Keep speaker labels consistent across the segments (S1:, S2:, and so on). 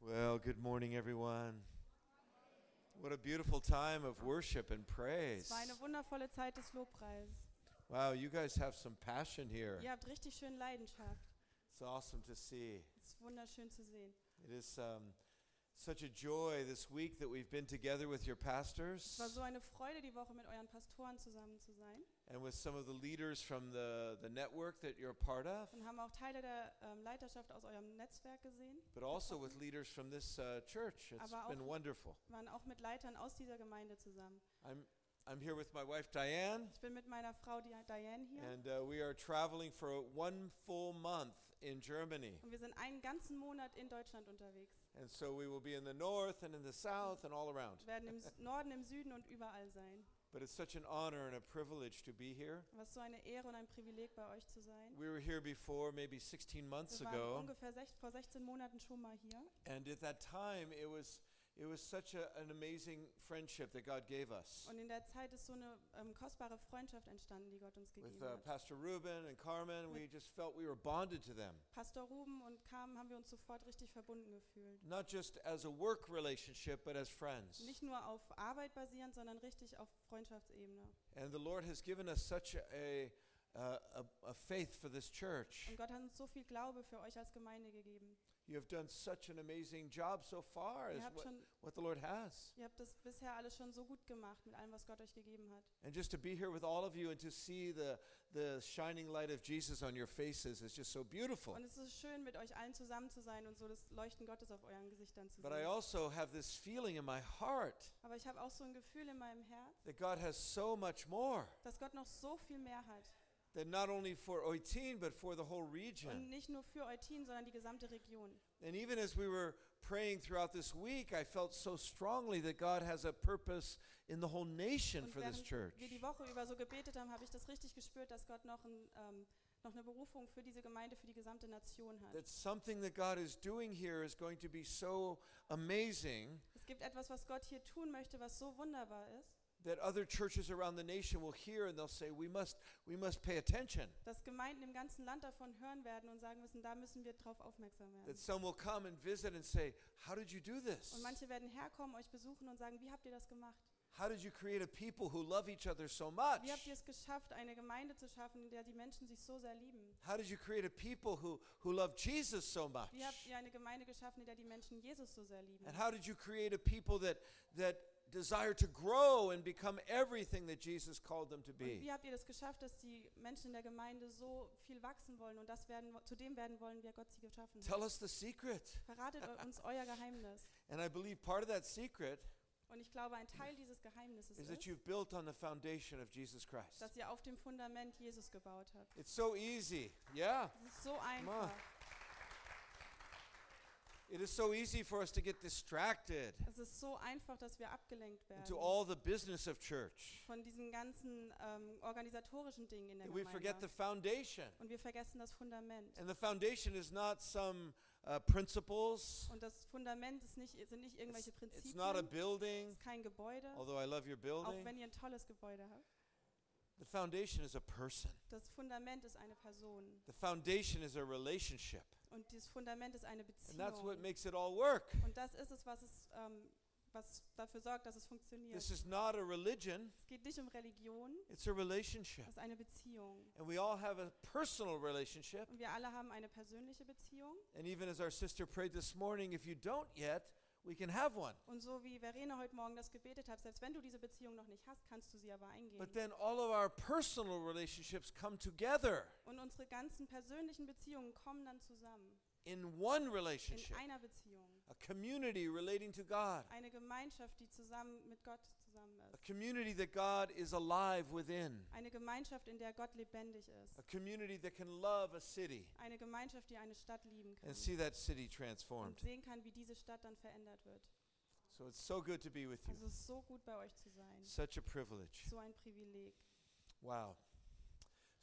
S1: Well, good morning, everyone. What a beautiful time of worship and
S2: Es
S1: praise.
S2: war eine wundervolle Zeit des Lobpreises.
S1: Wow, you guys have some passion here.
S2: Ihr habt richtig schön Leidenschaft.
S1: It's awesome to see.
S2: Es ist wunderschön zu sehen.
S1: It is um, such a joy this week that we've been together with your
S2: Es war
S1: pastors
S2: so eine Freude, die Woche mit euren Pastoren zusammen zu sein.
S1: and with some of the leaders from the, the network that you're a part of,
S2: Dann haben wir auch Teile der ähm, Leiterschaft aus eurem Netzwerk gesehen.
S1: but also with leaders from this uh, church. It's
S2: Aber auch-
S1: been wonderful.
S2: Wir waren auch mit Leitern aus dieser Gemeinde zusammen.
S1: I'm, I'm here with my wife, Diane.
S2: Ich bin mit meiner Frau Di- Diane hier.
S1: And uh, we are traveling for one full month in Germany.
S2: Und wir sind einen ganzen Monat in Deutschland unterwegs.
S1: And so we will be in the north and in the south and all around.
S2: Wir werden im S- Norden, im Süden und überall sein.
S1: But it's such an honor and a privilege to be here.
S2: Was so eine Ehre und ein Privileg bei euch zu sein.
S1: We were here before, maybe 16 months
S2: Wir waren
S1: ago.
S2: ungefähr sech, vor 16 Monaten schon mal hier.
S1: And at that time, it was, it was such a, an amazing friendship that God gave us
S2: Und in der Zeit ist so eine ähm, kostbare Freundschaft entstanden, die Gott uns gegeben
S1: with uh,
S2: hat.
S1: Pastor Ruben and Carmen. We just felt we were bonded to them,
S2: Pastor Ruben und Carmen haben wir uns sofort richtig verbunden gefühlt.
S1: not just as a work relationship, but as friends.
S2: Nicht nur auf Arbeit basierend, sondern richtig auf Freundschaftsebene.
S1: And the Lord has given us such a, uh, a, a faith for this church.
S2: Und Gott hat uns so viel Glaube für euch als Gemeinde gegeben.
S1: You have done such an amazing job so far,
S2: Ihr
S1: is
S2: habt,
S1: what,
S2: schon,
S1: what the Lord has.
S2: ihr habt das bisher alles schon so gut gemacht mit allem, was Gott euch gegeben hat.
S1: And just to be here with all of you and to see the, the shining light of Jesus on your faces is just so beautiful.
S2: Und es ist schön, mit euch allen zusammen zu sein und so das Leuchten Gottes auf euren Gesichtern zu
S1: But I
S2: sehen.
S1: also have this feeling in my heart
S2: Aber ich habe auch so ein Gefühl in meinem Herz,
S1: that God has so much more.
S2: dass Gott noch so viel mehr hat.
S1: That not only for Oitin, but for the whole
S2: Und
S1: region.
S2: nicht nur für Eutin, sondern die gesamte Region.
S1: And even as we were praying throughout this week, I felt so strongly that God has a purpose in the whole nation
S2: Und
S1: for this
S2: während
S1: church.
S2: wir die Woche über so gebetet haben, habe ich das richtig gespürt, dass Gott noch, ein, ähm, noch eine Berufung für diese Gemeinde, für die gesamte Nation hat.
S1: That something that God is doing here is going to be so amazing
S2: Es gibt etwas, was Gott hier tun möchte, was so wunderbar ist,
S1: that other churches around the nation will hear and they'll say, "We must, we must pay attention."
S2: dass Gemeinden im ganzen Land davon hören werden und sagen müssen, da müssen wir drauf aufmerksam werden.
S1: That some will come and visit and say, "How did you do this?
S2: Und manche werden herkommen, euch besuchen und sagen, wie habt ihr das gemacht?
S1: How did you create a people who love each other so much?
S2: Wie habt ihr es geschafft, eine Gemeinde zu schaffen, in der die Menschen sich so sehr lieben?
S1: How did you create a people who who love Jesus so much?
S2: Wie habt ihr eine Gemeinde geschaffen, in der die Menschen Jesus so sehr lieben?
S1: And how did you create a people that that desire to grow and become everything that Jesus called them to
S2: Und
S1: be?"
S2: wie habt ihr das geschafft, dass die Menschen in der Gemeinde so viel wachsen wollen und das werden, zu dem werden wollen, wie Gott sie geschaffen hat?
S1: Tell us the secret.
S2: Verratet eu- uns euer Geheimnis.
S1: And I believe part of that secret
S2: Und ich glaube, ein Teil dieses Geheimnisses
S1: is that
S2: ist,
S1: you've built on the foundation of Jesus Christ.
S2: dass ihr auf dem Fundament Jesus gebaut habt.
S1: It's so easy. Yeah.
S2: Es ist so einfach.
S1: It is so easy for us to get distracted
S2: Es ist so einfach, dass wir abgelenkt
S1: into
S2: werden
S1: all the business of church.
S2: von diesen ganzen ähm, organisatorischen Dingen in der
S1: We forget the
S2: Gemeinde.
S1: foundation.
S2: Und wir vergessen das Fundament.
S1: And the foundation is not some uh, principles,
S2: Und das Fundament ist nicht, sind nicht
S1: it's,
S2: irgendwelche
S1: it's not a
S2: Prinzipien,
S1: building,
S2: ist kein Gebäude,
S1: although I love your
S2: auch
S1: building.
S2: wenn ihr ein tolles Gebäude habt.
S1: The foundation is a person,
S2: Das Fundament ist eine Person.
S1: the foundation is a relationship.
S2: Und dieses Fundament ist eine
S1: And that's what
S2: Beziehung.
S1: makes it all work.
S2: Und das ist es, was, es, ähm, was dafür sorgt, dass es funktioniert.
S1: This is not a religion,
S2: es geht nicht um Religion,
S1: it's a relationship.
S2: es ist eine Beziehung.
S1: And we all have a personal relationship.
S2: Und wir alle haben eine persönliche Beziehung.
S1: And even as our sister prayed this morning, if you don't yet, we can have one.
S2: Und so wie Verena heute Morgen das gebetet hat, selbst wenn du diese Beziehung noch nicht hast, kannst du sie aber eingehen.
S1: But then all of our personal relationships come together
S2: Und unsere ganzen persönlichen Beziehungen kommen dann zusammen
S1: in one
S2: in
S1: relationship,
S2: einer Beziehung.
S1: a community relating to God,
S2: Eine Gemeinschaft, die zusammen mit Gott zusammen
S1: a
S2: ist.
S1: community that God is alive within,
S2: Eine Gemeinschaft, in der Gott lebendig ist.
S1: a community that can love a city
S2: Eine Gemeinschaft, die eine Stadt lieben kann.
S1: and see that city
S2: und
S1: transformed.
S2: sehen kann, wie diese Stadt dann verändert wird.
S1: So it's so good to be with you.
S2: Also es ist so gut bei euch zu sein.
S1: Such a privilege.
S2: So ein Privileg.
S1: Wow.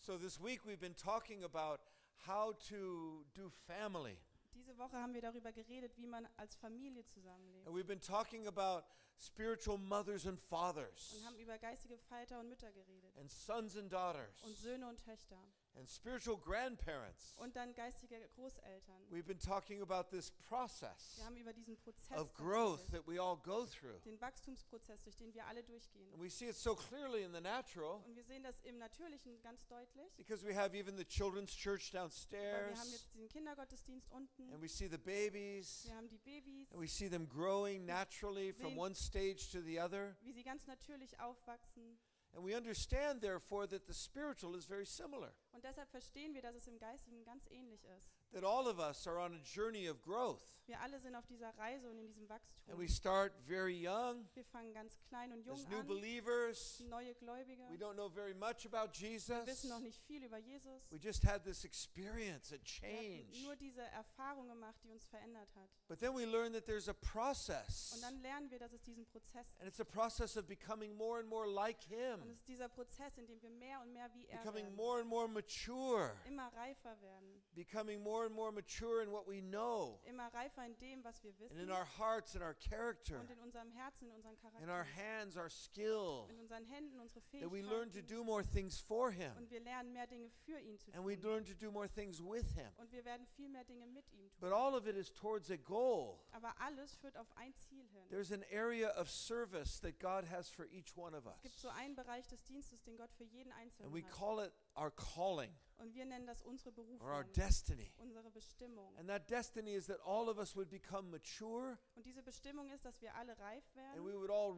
S1: So this week we've been talking about how to do family.
S2: Diese Woche haben wir darüber geredet, wie man als Familie zusammenlebt
S1: And we've been talking about spiritual mothers and fathers Oh,
S2: und haben über geistige Väter und Mütter geredet
S1: and sons and daughters
S2: und Söhne und Töchter.
S1: and spiritual grandparents.
S2: und dann geistige Großeltern.
S1: We've been talking about this process
S2: Wir haben über diesen Prozess
S1: of growth
S2: geredet,
S1: that we all go through.
S2: den Wachstumsprozess, durch den wir alle durchgehen.
S1: And we see it so clearly in the natural
S2: Und wir sehen das im Natürlichen ganz deutlich,
S1: because we have even the children's church
S2: weil wir haben
S1: downstairs
S2: jetzt diesen Kindergottesdienst unten,
S1: and we see the babies
S2: wir haben die Babys,
S1: and we see them growing naturally from
S2: Sehen-
S1: one stage to the other.
S2: wie sie ganz natürlich aufwachsen.
S1: And we understand, therefore, that the spiritual is very similar,
S2: Und deshalb verstehen wir, dass es im Geistigen ganz ähnlich ist.
S1: that all of us are on a journey of growth.
S2: Wir alle sind auf dieser Reise und in diesem Wachstum.
S1: And we start very young
S2: Wir fangen ganz klein und
S1: as
S2: jung
S1: new
S2: an,
S1: believers.
S2: neue Gläubige.
S1: We don't know very much about
S2: Wir
S1: Jesus.
S2: wissen noch nicht viel über Jesus.
S1: We just had this experience, a
S2: Wir
S1: change.
S2: haben nur diese Erfahrung gemacht, die uns verändert hat.
S1: But then we learn that there's a process.
S2: Und dann lernen wir, dass es diesen Prozess
S1: And it's a process of becoming more and more like Him,
S2: Und es ist dieser Prozess, in dem wir mehr und mehr wie er
S1: becoming
S2: werden,
S1: more and more mature,
S2: immer reifer werden,
S1: becoming more and more mature in what we know,
S2: immer reifer in dem, was wir
S1: and
S2: wissen
S1: in our hearts and our character,
S2: und in unserem Herzen, in unseren Charakter,
S1: in our hands, our skill.
S2: in unseren Händen, unsere
S1: That we learn to
S2: Fähigkeiten.
S1: do more things for Him,
S2: Und wir lernen mehr Dinge für ihn zu
S1: and we
S2: tun.
S1: learn to do more things with Him.
S2: Und wir werden viel mehr Dinge mit ihm tun.
S1: But all of it is towards a goal.
S2: Aber alles führt auf ein Ziel hin.
S1: There's an area of service that God has for each one of
S2: Es gibt so
S1: us.
S2: einen Bereich des Dienstes, den Gott für jeden
S1: And
S2: Einzelnen
S1: we
S2: hat.
S1: call it our calling
S2: Und wir nennen das unsere
S1: or our
S2: Berufung,
S1: destiny.
S2: unsere Bestimmung.
S1: And that destiny is that all of us would become mature
S2: Und diese Bestimmung ist, dass wir alle reif
S1: and we
S2: werden
S1: would all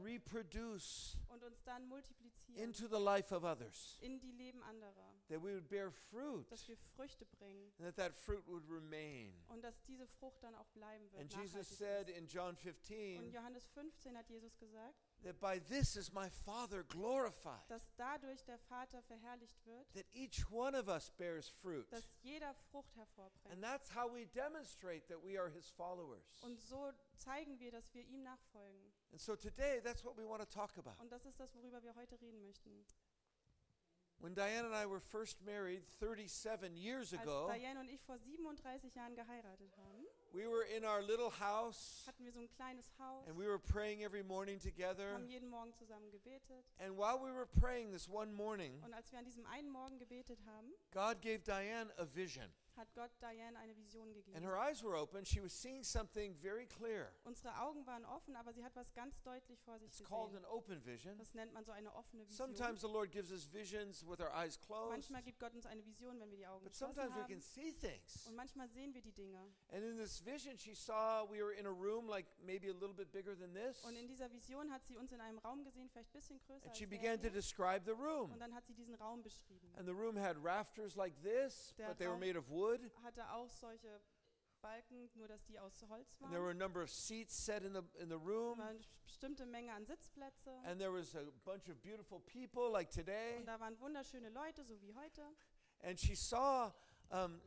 S1: reproduce
S2: und uns dann multiplizieren
S1: into the life of others.
S2: in die Leben anderer.
S1: That we would bear fruit
S2: dass wir Früchte bringen
S1: and that that fruit would remain.
S2: und dass diese Frucht dann auch bleiben wird.
S1: And Jesus
S2: nachhaltig
S1: said
S2: ist.
S1: in John
S2: und
S1: 15
S2: Johannes 15 hat Jesus gesagt,
S1: that by this is my Father glorified,
S2: dass dadurch der Vater verherrlicht wird,
S1: that each one of us bears fruit.
S2: dass jeder Frucht
S1: And
S2: hervorbringt.
S1: that's how we demonstrate that we are his followers.
S2: Und so zeigen wir, dass wir ihm nachfolgen.
S1: And so today, that's what we want to talk about.
S2: Und das ist das, worüber wir heute reden möchten.
S1: When Diane and I were first married 37 years
S2: Als
S1: ago,
S2: Diane und ich vor 37 Jahren geheiratet haben,
S1: we were in our little house
S2: hatten wir so ein kleines Haus,
S1: and we were praying every morning together.
S2: haben jeden Morgen zusammen gebetet.
S1: And while we were praying this one morning,
S2: Und als wir an diesem einen Morgen gebetet haben,
S1: God gave Diane a vision.
S2: hat Gott Diane eine Vision
S1: And
S2: gegeben.
S1: her eyes were open. She was seeing something very clear.
S2: Unsere Augen waren offen, aber sie hat was ganz deutlich vor sich
S1: It's called
S2: gesehen.
S1: an open vision.
S2: Das nennt man so eine offene Vision.
S1: Sometimes the Lord gives us visions with our eyes closed,
S2: manchmal gibt Gott uns eine Vision, wenn wir die Augen
S1: but
S2: geschlossen
S1: sometimes we can
S2: haben.
S1: see things.
S2: Und manchmal sehen wir die Dinge.
S1: And in this vision, she saw we were in a room like maybe a little bit bigger than this.
S2: Und in dieser Vision hat sie uns in einem Raum gesehen, vielleicht ein bisschen größer
S1: And
S2: als
S1: she
S2: der
S1: began to
S2: hier.
S1: describe the room.
S2: Und dann hat sie diesen Raum beschrieben.
S1: And the room had rafters like this,
S2: Der
S1: but they were
S2: Raum-
S1: made of wood.
S2: Hatte auch solche Balken, nur dass die aus Holz
S1: And there were
S2: waren.
S1: a number of seats set in the in the room.
S2: War eine bestimmte Menge an Sitzplätze.
S1: And there was a bunch of beautiful people like today.
S2: Und da waren wunderschöne Leute, so wie heute.
S1: And she saw um,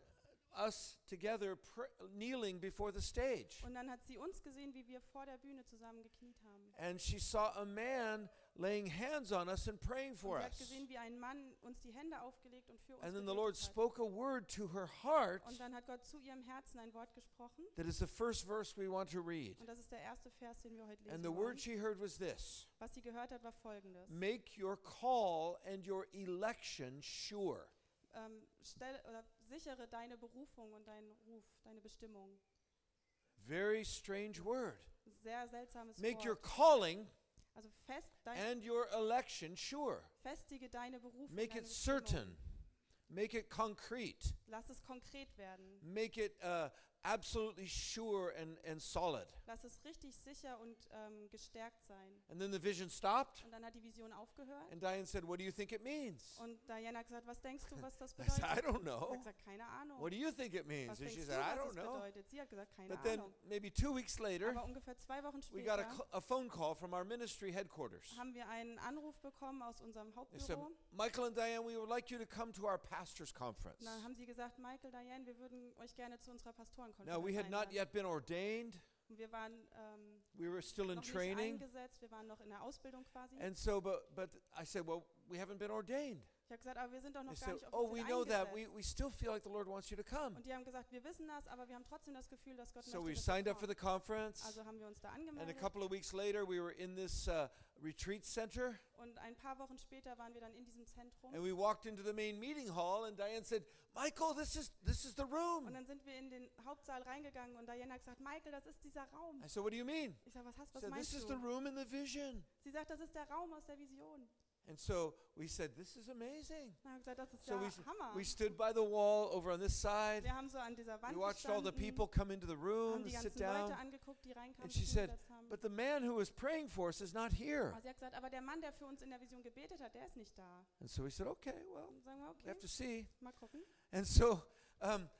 S1: us together pr- kneeling before the stage.
S2: Und dann hat sie uns gesehen, wie wir vor der Bühne zusammen gekniet haben.
S1: And she saw a man laying hands on us and praying
S2: Und
S1: for
S2: sie hat
S1: us.
S2: gesehen, wie ein Mann uns die Hände aufgelegt und für uns
S1: And then the
S2: gebetet
S1: Lord
S2: hat.
S1: spoke a word to her heart
S2: Und dann hat Gott zu ihrem Herzen ein Wort gesprochen.
S1: that is the first verse we want to read.
S2: Und das ist der erste Vers, den wir heute lesen.
S1: And the
S2: wollen.
S1: word she heard was this
S2: Was sie gehört hat, war folgendes.
S1: Make your call and your election sure.
S2: Ähm, stell, oder sichere deine Berufung und deinen Ruf, deine Bestimmung.
S1: Very strange word.
S2: Sehr seltsames
S1: Make your
S2: Wort.
S1: calling
S2: Also fest, dein,
S1: and your election sure.
S2: festige deine Berufung.
S1: Make
S2: deine
S1: it
S2: Bestimmung.
S1: certain. Make it concrete.
S2: Lass es konkret werden.
S1: Make it uh, absolutely sure and, and solid.
S2: Lass es richtig sicher und ähm, gestärkt sein.
S1: And then the vision stopped,
S2: Und dann hat die Vision aufgehört.
S1: and Diane said, What do you think it means?
S2: Und Diana hat gesagt, was denkst du, was das
S1: I said,
S2: bedeutet?
S1: I don't
S2: Sie
S1: know.
S2: hat gesagt, keine Ahnung.
S1: What do you think it means?
S2: was
S1: And
S2: denkst
S1: she
S2: du,
S1: said, I
S2: was
S1: don't
S2: es
S1: know.
S2: bedeutet? Sie hat gesagt, keine
S1: But then,
S2: Ahnung.
S1: maybe two weeks later,
S2: Aber ungefähr zwei Wochen
S1: we got a,
S2: später
S1: cl- a phone call from our ministry headquarters.
S2: haben wir einen Anruf bekommen aus unserem
S1: They said,
S2: Hauptbüro.
S1: Michael and Diane, we would like you to come to our pastor's conference.
S2: Und dann haben sie gesagt, Michael, Diane, wir würden euch gerne zu unserer Pastorenkonferenz
S1: Now, we had not
S2: einladen.
S1: yet been ordained,
S2: Und wir waren ähm,
S1: we were still in
S2: noch nicht
S1: training.
S2: eingesetzt, wir waren noch in der Ausbildung quasi.
S1: And so, but, but I said, Well, we haven't been ordained.
S2: Ich habe gesagt, aber wir sind doch noch
S1: They
S2: gar
S1: said,
S2: nicht
S1: Oh, we
S2: offiziell
S1: know that. We,
S2: eingesetzt."
S1: we still feel like the Lord wants you to come.
S2: Und die haben gesagt, wir wissen das, aber wir haben trotzdem das Gefühl, dass Gott
S1: So
S2: möchte,
S1: we
S2: dass
S1: signed
S2: wir
S1: up for the
S2: kommen.
S1: conference.
S2: Also haben wir uns da
S1: And a
S2: angemeldet
S1: couple of weeks later, we were in this uh, retreat center
S2: und ein paar Wochen später waren wir dann in diesem Zentrum
S1: and we walked into the main meeting hall. And Diane said, Michael, this is, this is the room.
S2: und dann sind wir in den Hauptsaal reingegangen und Diana hat gesagt, Michael, das ist dieser Raum.
S1: I said, What do you mean?
S2: Ich sage, was hast
S1: She
S2: was
S1: said, This
S2: meinst
S1: is the
S2: du?
S1: room in the vision.
S2: Sie sagt, das ist der Raum aus der Vision.
S1: And so we said, This is amazing.
S2: Dann habe ich gesagt, das ist
S1: So
S2: ja
S1: we s-
S2: Hammer.
S1: We stood by the wall over on this side.
S2: wir haben so an dieser Wand
S1: We watched all the
S2: gestanden,
S1: people come into the room
S2: haben
S1: and
S2: die
S1: sit
S2: ganzen
S1: down.
S2: Leute angeguckt, die reinkamen,
S1: And
S2: sich
S1: she said,
S2: hingesetzt haben.
S1: But the man who was praying for us is not here.
S2: Aber sie hat gesagt, aber der Mann, der für uns in der Vision gebetet hat, der ist nicht da.
S1: And so we said, Okay, well,
S2: Dann sagen wir,
S1: we
S2: okay,
S1: have to see.
S2: mal gucken.
S1: And so um,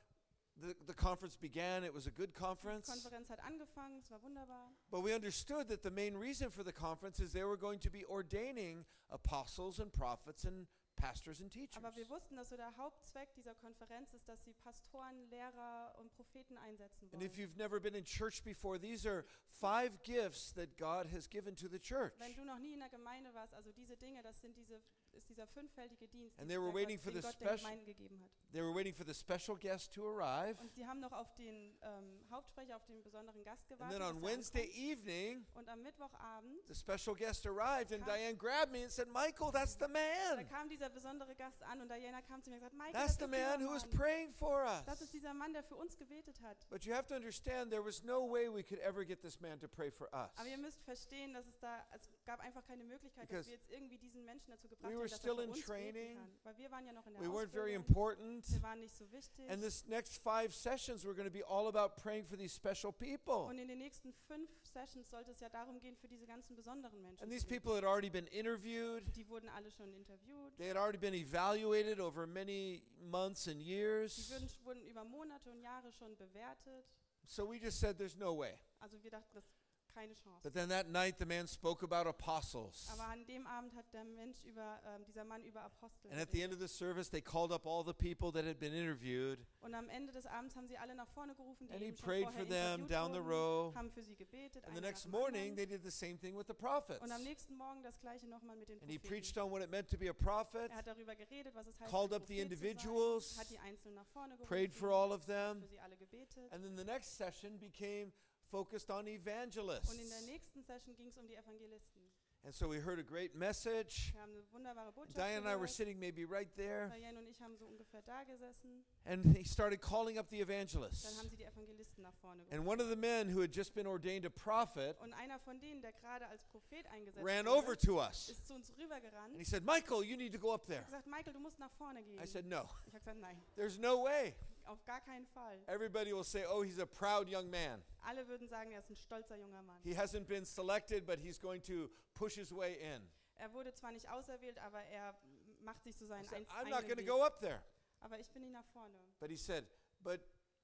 S1: the, the conference began. It was a good
S2: Die
S1: conference.
S2: Konferenz hat angefangen, es war wunderbar.
S1: But we understood that the main reason for the conference is they were going to be ordaining apostles and prophets and pastors and teachers.
S2: Aber wir wussten, dass so der Hauptzweck dieser Konferenz ist, dass sie Pastoren, Lehrer und Propheten einsetzen
S1: And if
S2: wollen.
S1: you've never been in church before, these are five gifts that God has given to the church.
S2: Wenn du noch nie in der Gemeinde warst, also diese Dinge, das sind diese, ist dieser fünffältige Dienst,
S1: And
S2: die
S1: they were
S2: der
S1: waiting
S2: Gott,
S1: for
S2: den
S1: the
S2: Gott der
S1: special-
S2: Gemeinde gegeben hat.
S1: They were waiting for the special guest to arrive.
S2: Und sie haben noch auf den ähm, Hauptsprecher, auf den besonderen Gast
S1: And
S2: gewartet.
S1: then on
S2: bis er
S1: Wednesday Hm.
S2: ankam.
S1: evening,
S2: und am Mittwochabend,
S1: the special guest arrived, and
S2: Come.
S1: Diane grabbed me and said, Michael, that's the
S2: da
S1: man.
S2: kam dieser besondere Gast an und Diana kam zu mir und hat gesagt, Michael,
S1: That's
S2: das
S1: the
S2: ist
S1: man
S2: dieser
S1: who was
S2: Mann.
S1: praying for us.
S2: Das ist dieser Mann, der für uns gebetet hat.
S1: But you have to understand, there was no way we could ever get this man to pray for us.
S2: Aber ihr müsst verstehen, dass es da, es gab einfach keine Möglichkeit,
S1: Because
S2: dass wir jetzt irgendwie diesen Menschen dazu gebracht
S1: we
S2: haben,
S1: were
S2: dass er
S1: still
S2: für
S1: in
S2: uns
S1: training.
S2: beten kann. Weil wir waren ja noch in der
S1: We weren't very
S2: Ausbildung.
S1: important.
S2: Wir waren nicht so wichtig.
S1: And this next five sessions were going to be all about praying for these special people.
S2: Und in den nächsten fünf Sessions sollte es ja darum gehen, für diese ganzen besonderen Menschen
S1: And
S2: zu
S1: these
S2: beten.
S1: people had already been interviewed.
S2: Die wurden alle schon interviewt.
S1: They had already been evaluated over many months and
S2: Die
S1: years.
S2: würden, wurden über Monate und Jahre schon bewertet.
S1: So we just said, there's no way.
S2: Also wir dachten, das ist keine Chance.
S1: But then that night, the man spoke about apostles.
S2: Aber an dem Abend hat der Mensch über, ähm, dieser Mann über Apostel
S1: And at the
S2: geredet.
S1: end of the service, they called up all the people that had been interviewed.
S2: Und am Ende des Abends haben sie alle nach vorne gerufen, die
S1: And he
S2: eben schon
S1: prayed
S2: vorher
S1: for them
S2: interviewt
S1: down the
S2: wurden,
S1: row.
S2: haben für sie gebetet.
S1: And
S2: einen
S1: the
S2: nach
S1: next
S2: dem
S1: morning,
S2: anderen.
S1: they did the same thing with the prophets.
S2: Und am nächsten Morgen das gleiche nochmal mit den
S1: And he preached
S2: Propheten.
S1: on what it meant to be a prophet,
S2: Er hat darüber geredet, was es heißt,
S1: called
S2: ein
S1: up the
S2: Prophet zu sein,
S1: individuals,
S2: hat die Einzelnen nach vorne gerufen,
S1: prayed for all of them.
S2: für sie alle gebetet.
S1: And then the next session became focused on
S2: Und in
S1: evangelists.
S2: der nächsten Session ging es um die Evangelisten.
S1: And so we heard a great message.
S2: Wir haben eine wunderbare Botschaft
S1: Diane and I were
S2: gehört.
S1: sitting maybe right there.
S2: Diane und ich haben so ungefähr da gesessen.
S1: And he started calling up the
S2: Dann
S1: evangelists.
S2: haben sie die Evangelisten nach vorne gerufen.
S1: And one of the men who had just been ordained a prophet
S2: Und einer von denen, der gerade als Prophet eingesetzt
S1: ran
S2: wurde,
S1: over to us.
S2: ist zu uns rübergerannt
S1: And
S2: und
S1: he said, Michael, you need to go up
S2: hat
S1: there.
S2: gesagt, Michael, du musst nach vorne gehen.
S1: I said, No,
S2: ich habe gesagt, nein,
S1: there's no way.
S2: auf gar keinen Fall.
S1: Everybody will say, Oh, he's a proud young man.
S2: Alle würden sagen, er ist ein stolzer junger Mann.
S1: He hasn't been selected, but he's going to push his way in.
S2: Er wurde zwar nicht auserwählt, aber er m- macht sich zu
S1: I
S2: seinen
S1: said,
S2: einz-
S1: I'm not going to
S2: eigenen
S1: go up there.
S2: Weg. Aber ich bin nicht nach vorne.
S1: But he said, But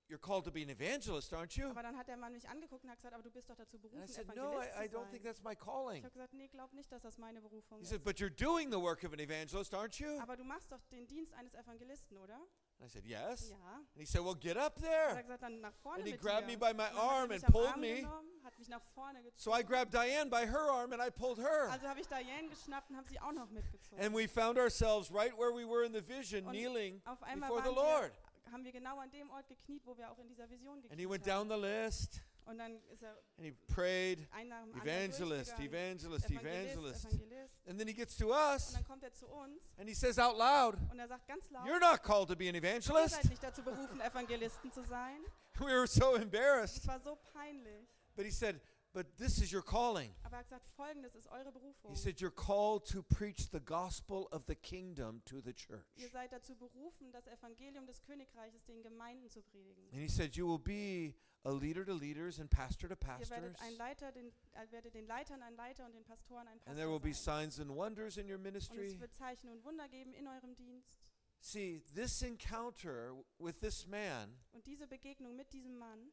S1: you're called to be an evangelist, aren't you?
S2: Aber dann hat der Mann mich angeguckt und hat gesagt, aber du bist doch dazu
S1: And
S2: berufen,
S1: I said,
S2: Evangelist
S1: No, I, I
S2: zu
S1: don't
S2: sein.
S1: think that's my calling.
S2: ich habe gesagt, nee, glaub nicht, dass das meine Berufung
S1: He
S2: ist.
S1: said, But you're doing the work of an evangelist, aren't you? And
S2: aber du machst doch den Dienst eines Evangelisten, oder?
S1: I said, Yes. And
S2: Ja.
S1: he said, Well, get up
S2: Er hat
S1: there.
S2: gesagt, dann nach vorne
S1: And he
S2: mit
S1: grabbed me
S2: dir.
S1: by my
S2: Und dann hat er
S1: arm
S2: mich
S1: and
S2: am
S1: pulled
S2: Arm
S1: me.
S2: genommen, hat mich nach vorne gezogen.
S1: So I grabbed Diane by her arm and I pulled her.
S2: Also habe ich Diane geschnappt und habe sie auch noch mitgezogen.
S1: And we found ourselves right where we were in the vision,
S2: Und
S1: kneeling
S2: Auf einmal
S1: before the
S2: waren
S1: Lord.
S2: Wir, haben wir genau an dem Ort gekniet, wo wir auch in dieser Vision
S1: And he went
S2: gekniet haben.
S1: down the list
S2: Und dann ist er
S1: and he prayed,
S2: ein nach dem
S1: Evangelist,
S2: anderen durchgegangen.
S1: evangelist,
S2: Evangelist,
S1: evangelist.
S2: Evangelist.
S1: And then he gets to
S2: Und
S1: us
S2: dann kommt er zu uns
S1: and he says out loud,
S2: und er sagt ganz laut,
S1: You're not called to be an
S2: ihr seid
S1: evangelist.
S2: nicht dazu berufen, Evangelisten zu sein.
S1: We were so
S2: Das
S1: embarrassed.
S2: war so peinlich.
S1: But he said, But this is your calling.
S2: Aber er hat gesagt, folgendes ist eure Berufung.
S1: He said, You're called to preach the gospel of the kingdom to the church.
S2: Ihr seid dazu berufen, das Evangelium des Königreiches den Gemeinden zu predigen.
S1: And he said, You will be a leader to leaders and pastor to
S2: Ihr
S1: pastors.
S2: werdet, ein Leiter, den, äh, werdet den Leitern ein Leiter und den Pastoren ein Pastor
S1: And there will be
S2: sein.
S1: signs and wonders in your
S2: Und es
S1: ministry.
S2: wird Zeichen und Wunder geben in eurem Dienst.
S1: See, this encounter w- with this man
S2: Und diese Begegnung mit diesem Mann,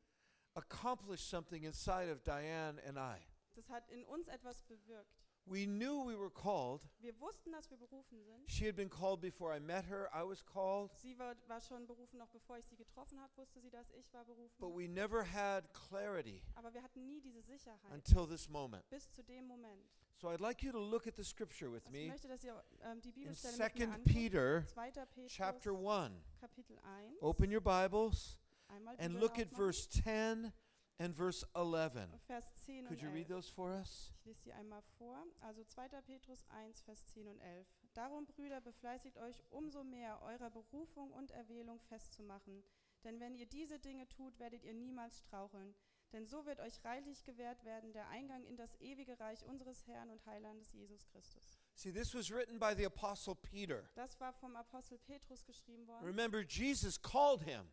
S1: accomplished something inside of Diane and I.
S2: das hat in uns etwas bewirkt.
S1: We knew we were called.
S2: Wir wussten, dass wir berufen sind.
S1: She had been called before I met her. I was called.
S2: Sie war, war schon berufen, noch bevor ich sie getroffen habe, wusste sie, dass ich war
S1: But
S2: berufen.
S1: we never had clarity
S2: Aber wir hatten nie diese Sicherheit
S1: until this moment.
S2: bis zu dem Moment.
S1: So I'd like you to look at the scripture with
S2: Also ich
S1: me
S2: möchte, dass ihr ähm, die
S1: in
S2: Bibelstelle mit
S1: 2
S2: mir anguckt.
S1: Peter
S2: 2.
S1: chapter
S2: Petrus,
S1: 1.
S2: Kapitel 1.
S1: Open your Bibles
S2: Einmal
S1: and
S2: Bibel
S1: look at
S2: aufmachen.
S1: verse 10 and verse 11.
S2: Vers 10
S1: Could
S2: und
S1: you
S2: 11.
S1: read those for us?
S2: Ich lese sie einmal vor. Also 2. Petrus 1, Vers 10 und 11. Darum, Brüder, befleißigt euch umso mehr, eurer Berufung und Erwählung festzumachen. Denn wenn ihr diese Dinge tut, werdet ihr niemals straucheln. Denn so wird euch reichlich gewährt werden der Eingang in das ewige Reich unseres Herrn und Heilandes Jesus Christus.
S1: See, this was written by the apostle Peter.
S2: Das war vom Apostel Petrus geschrieben worden.
S1: Remember, Jesus called him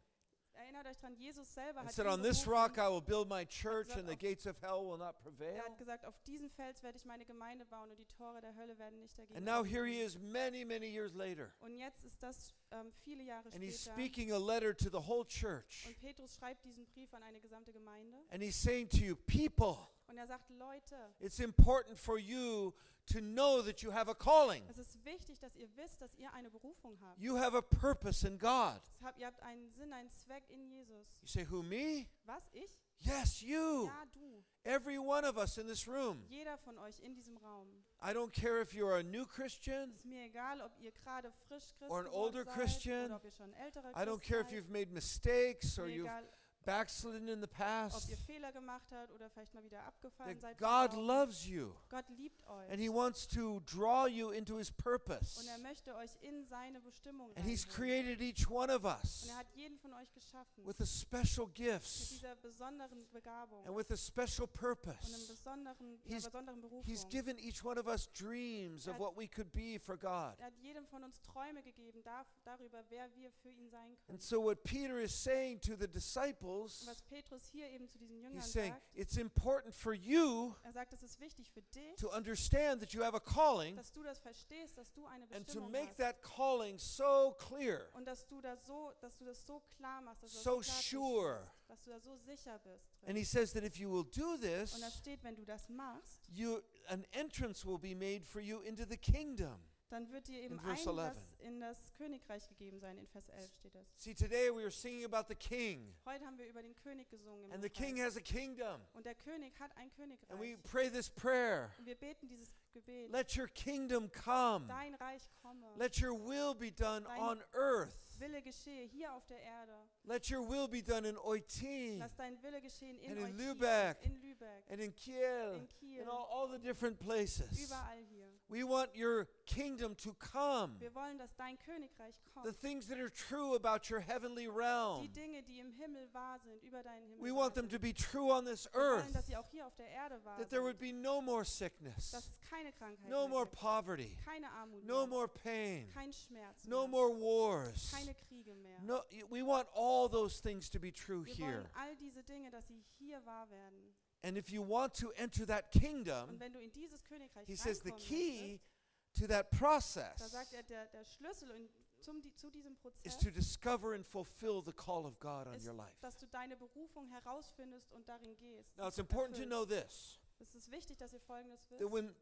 S2: Erinnert euch dran, Jesus selber
S1: and
S2: hat,
S1: said,
S2: ihn
S1: On this
S2: berufen.
S1: rock I will build my church,
S2: gesagt,
S1: and the
S2: auf-
S1: gates of hell will not prevail.
S2: er hat gesagt, auf diesen Fels werde ich meine Gemeinde bauen und die Tore der Hölle werden nicht dagegen.
S1: And now here he
S2: aufstehen.
S1: is, many, many years later,
S2: Und jetzt ist das ähm, viele Jahre
S1: and he's
S2: später.
S1: speaking a letter to the whole church.
S2: Und Petrus schreibt diesen Brief an eine gesamte Gemeinde
S1: And he's saying to you, People,
S2: und er sagt, Leute,
S1: it's important for you to know that you have a calling,
S2: es ist wichtig, dass ihr wisst, dass ihr eine Berufung habt.
S1: you have a purpose in God.
S2: Es habt- Ihr habt einen Sinn, einen Zweck in Jesus.
S1: You say, Who, me?
S2: Was, ich?
S1: Yes, you.
S2: Ja, du.
S1: Every one of us in this room.
S2: Jeder von euch in diesem Raum.
S1: I don't care if you're a new Christian.
S2: Es ist mir egal, ob ihr gerade frisch Christ
S1: Or an
S2: geworden
S1: older
S2: seid
S1: Christian.
S2: oder ob ihr schon älterer
S1: I don't
S2: Christ
S1: care if
S2: seid.
S1: you've made mistakes
S2: Es
S1: or
S2: ist mir
S1: you've
S2: egal,
S1: backslidden in the
S2: ob
S1: past.
S2: ihr Fehler gemacht habt oder vielleicht mal wieder abgefallen
S1: That
S2: seid.
S1: God
S2: vom Glauben.
S1: loves you
S2: Gott liebt euch
S1: and He wants to draw you into His purpose.
S2: und er möchte euch in seine Bestimmung
S1: And He's
S2: reinholen.
S1: created each one of
S2: Und
S1: us
S2: er hat jeden von euch geschaffen.
S1: with the special
S2: mit
S1: gifts
S2: dieser besonderen Begabung
S1: and with a special
S2: und einem
S1: purpose.
S2: besonderen, einer
S1: He's-
S2: besonderen
S1: He's
S2: Berufung.
S1: given each one of us dreams of
S2: Er-
S1: what we could be for God.
S2: Er hat jedem von uns Träume gegeben darf, darüber, wer wir für ihn sein können.
S1: And so, what Peter is saying to the
S2: Und
S1: disciples,
S2: was Petrus hier eben zu diesen Jüngern
S1: he's saying,
S2: sagt,
S1: it's important for you
S2: er sagt, es ist wichtig für dich,
S1: to understand that you have a calling
S2: dass du das verstehst, dass du eine
S1: and to
S2: Bestimmung
S1: make
S2: hast
S1: that calling so clear.
S2: und dass du das so, dass du das so klar machst, dass du
S1: So
S2: das so
S1: sure.
S2: klar bist, dass du da so sicher bist. drin.
S1: And he says that if you will do this,
S2: Und da steht, wenn du das machst,
S1: you an entrance will be made for you into the kingdom.
S2: dann wird dir eben
S1: In verse
S2: Einlass
S1: 11.
S2: in das Königreich gegeben sein. In Vers 11 steht das.
S1: See, today we are singing about the king,
S2: Heute haben wir über den König gesungen. im
S1: and the
S2: Lobpreis.
S1: king has a kingdom.
S2: Und der König hat ein Königreich.
S1: And we pray this prayer
S2: und wir beten dieses Gebet.
S1: Let your kingdom come,
S2: Dein Reich komme.
S1: let your will be done
S2: Dein
S1: on earth,
S2: Wille geschehe hier auf der Erde.
S1: let your will be done in Oitin
S2: Lass dein Wille geschehen in,
S1: And in
S2: Eutin,
S1: Lübeck.
S2: in Lübeck,
S1: and in Kiel
S2: in Kiel,
S1: and all, all the different places.
S2: überall hier.
S1: We want your kingdom to come.
S2: Wir wollen, dass dein Königreich
S1: the
S2: kommt.
S1: things that are true about your heavenly realm.
S2: Die Dinge, die im Himmel wahr sind, über deinen Himmel.
S1: We
S2: wahr
S1: want them to
S2: sind.
S1: be true on this
S2: Wir wollen,
S1: earth,
S2: dass sie auch hier auf der Erde wahr
S1: that there would be
S2: sind.
S1: no more sickness,
S2: Dass es keine Krankheit
S1: no
S2: mehr
S1: more
S2: gibt,
S1: poverty,
S2: keine Armut
S1: no
S2: mehr,
S1: more pain,
S2: kein Schmerz
S1: no
S2: mehr,
S1: more wars.
S2: keine Kriege mehr.
S1: No, y- we want all those things to be true
S2: wir wollen
S1: here.
S2: all diese Dinge, dass sie hier wahr werden.
S1: And if you want to enter that
S2: Und
S1: kingdom,
S2: wenn du in dieses Königreich
S1: Um, he says the
S2: reinkommen
S1: key
S2: möchtest,
S1: to that
S2: da
S1: process
S2: sagt er, der, der Schlüssel in, zum, die, zu diesem
S1: is
S2: Prozess
S1: to discover and fulfill the call of God on
S2: ist,
S1: your life.
S2: dass du deine Berufung herausfindest und darin gehst.
S1: Now, it's important to
S2: erfüllt.
S1: know this
S2: Es ist wichtig, dass ihr Folgendes
S1: that
S2: wisst.
S1: when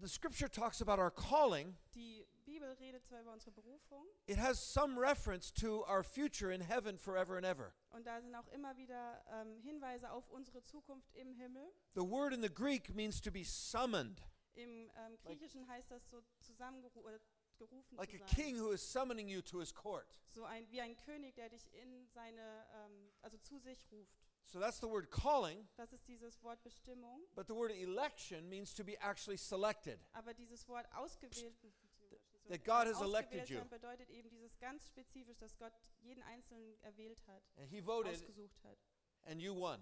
S1: the scripture talks about our calling,
S2: Die Bibel redet zwar über unsere Berufung
S1: it has some reference to our future in heaven forever and ever.
S2: und da sind auch immer wieder ähm, Hinweise auf unsere Zukunft im Himmel.
S1: The word in the Greek means to be summoned,
S2: Im ähm, Griechischen heißt das so zusammengerufen
S1: like
S2: zu
S1: a
S2: sein.
S1: king who is summoning you to his court.
S2: So ein, wie ein König, der dich in seine, ähm, also zu sich ruft.
S1: So that's the word calling,
S2: Das ist dieses Wort Bestimmung.
S1: but the word election means to be actually selected.
S2: Aber dieses Wort ausgewählt,
S1: that God has elected
S2: ausgewählt
S1: you.
S2: sein bedeutet eben dieses ganz spezifisch, dass Gott jeden Einzelnen erwählt hat,
S1: And he voted,
S2: ausgesucht hat.
S1: and you won.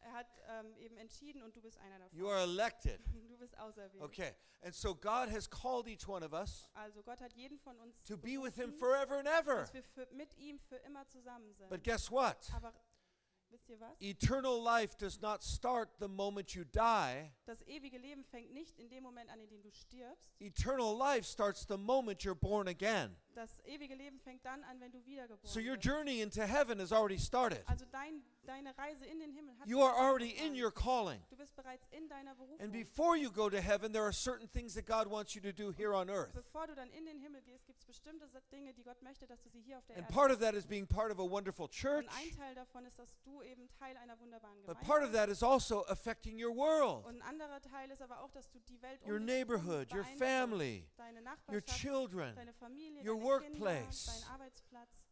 S2: Er hat ähm, eben entschieden und du bist einer davon.
S1: You are elected.
S2: du bist auserwählt.
S1: Okay. And so God has called each one of us
S2: Also Gott hat jeden von uns
S1: to be with him
S2: berufen,
S1: forever and ever.
S2: dass wir für, mit ihm für immer zusammen sind.
S1: But guess what?
S2: Aber wisst ihr was?
S1: Eternal life does not start the moment you die.
S2: Das ewige Leben fängt nicht in dem Moment an, in dem du stirbst.
S1: Eternal life starts the moment you're born again.
S2: Das ewige Leben fängt dann an, wenn du wiedergeboren
S1: So your
S2: wirst.
S1: journey into heaven has already started.
S2: Also dein deine Reise in den Himmel hat.
S1: You are already in your calling.
S2: du bist bereits in deiner Berufung.
S1: And before you go to heaven, there are certain things that God wants you to do here on earth.
S2: Bevor du dann in den Himmel gehst, gibt es bestimmte Sa- Dinge, die Gott möchte, dass du sie hier auf der
S1: And
S2: Erde
S1: part
S2: machst.
S1: of that is being part of a wonderful church,
S2: Und ein Teil davon ist, dass du eben Teil einer wunderbaren
S1: but
S2: Gemeinde
S1: part of
S2: bist.
S1: that is also affecting your world,
S2: Und ein anderer Teil ist aber auch, dass du die Welt um
S1: your
S2: dich
S1: neighborhood,
S2: herum
S1: your
S2: beeinflusst.
S1: family,
S2: deine
S1: your
S2: Nachbarschaft,
S1: children,
S2: deine Familie,
S1: your
S2: deine
S1: workplace.
S2: Kinder, dein Arbeitsplatz,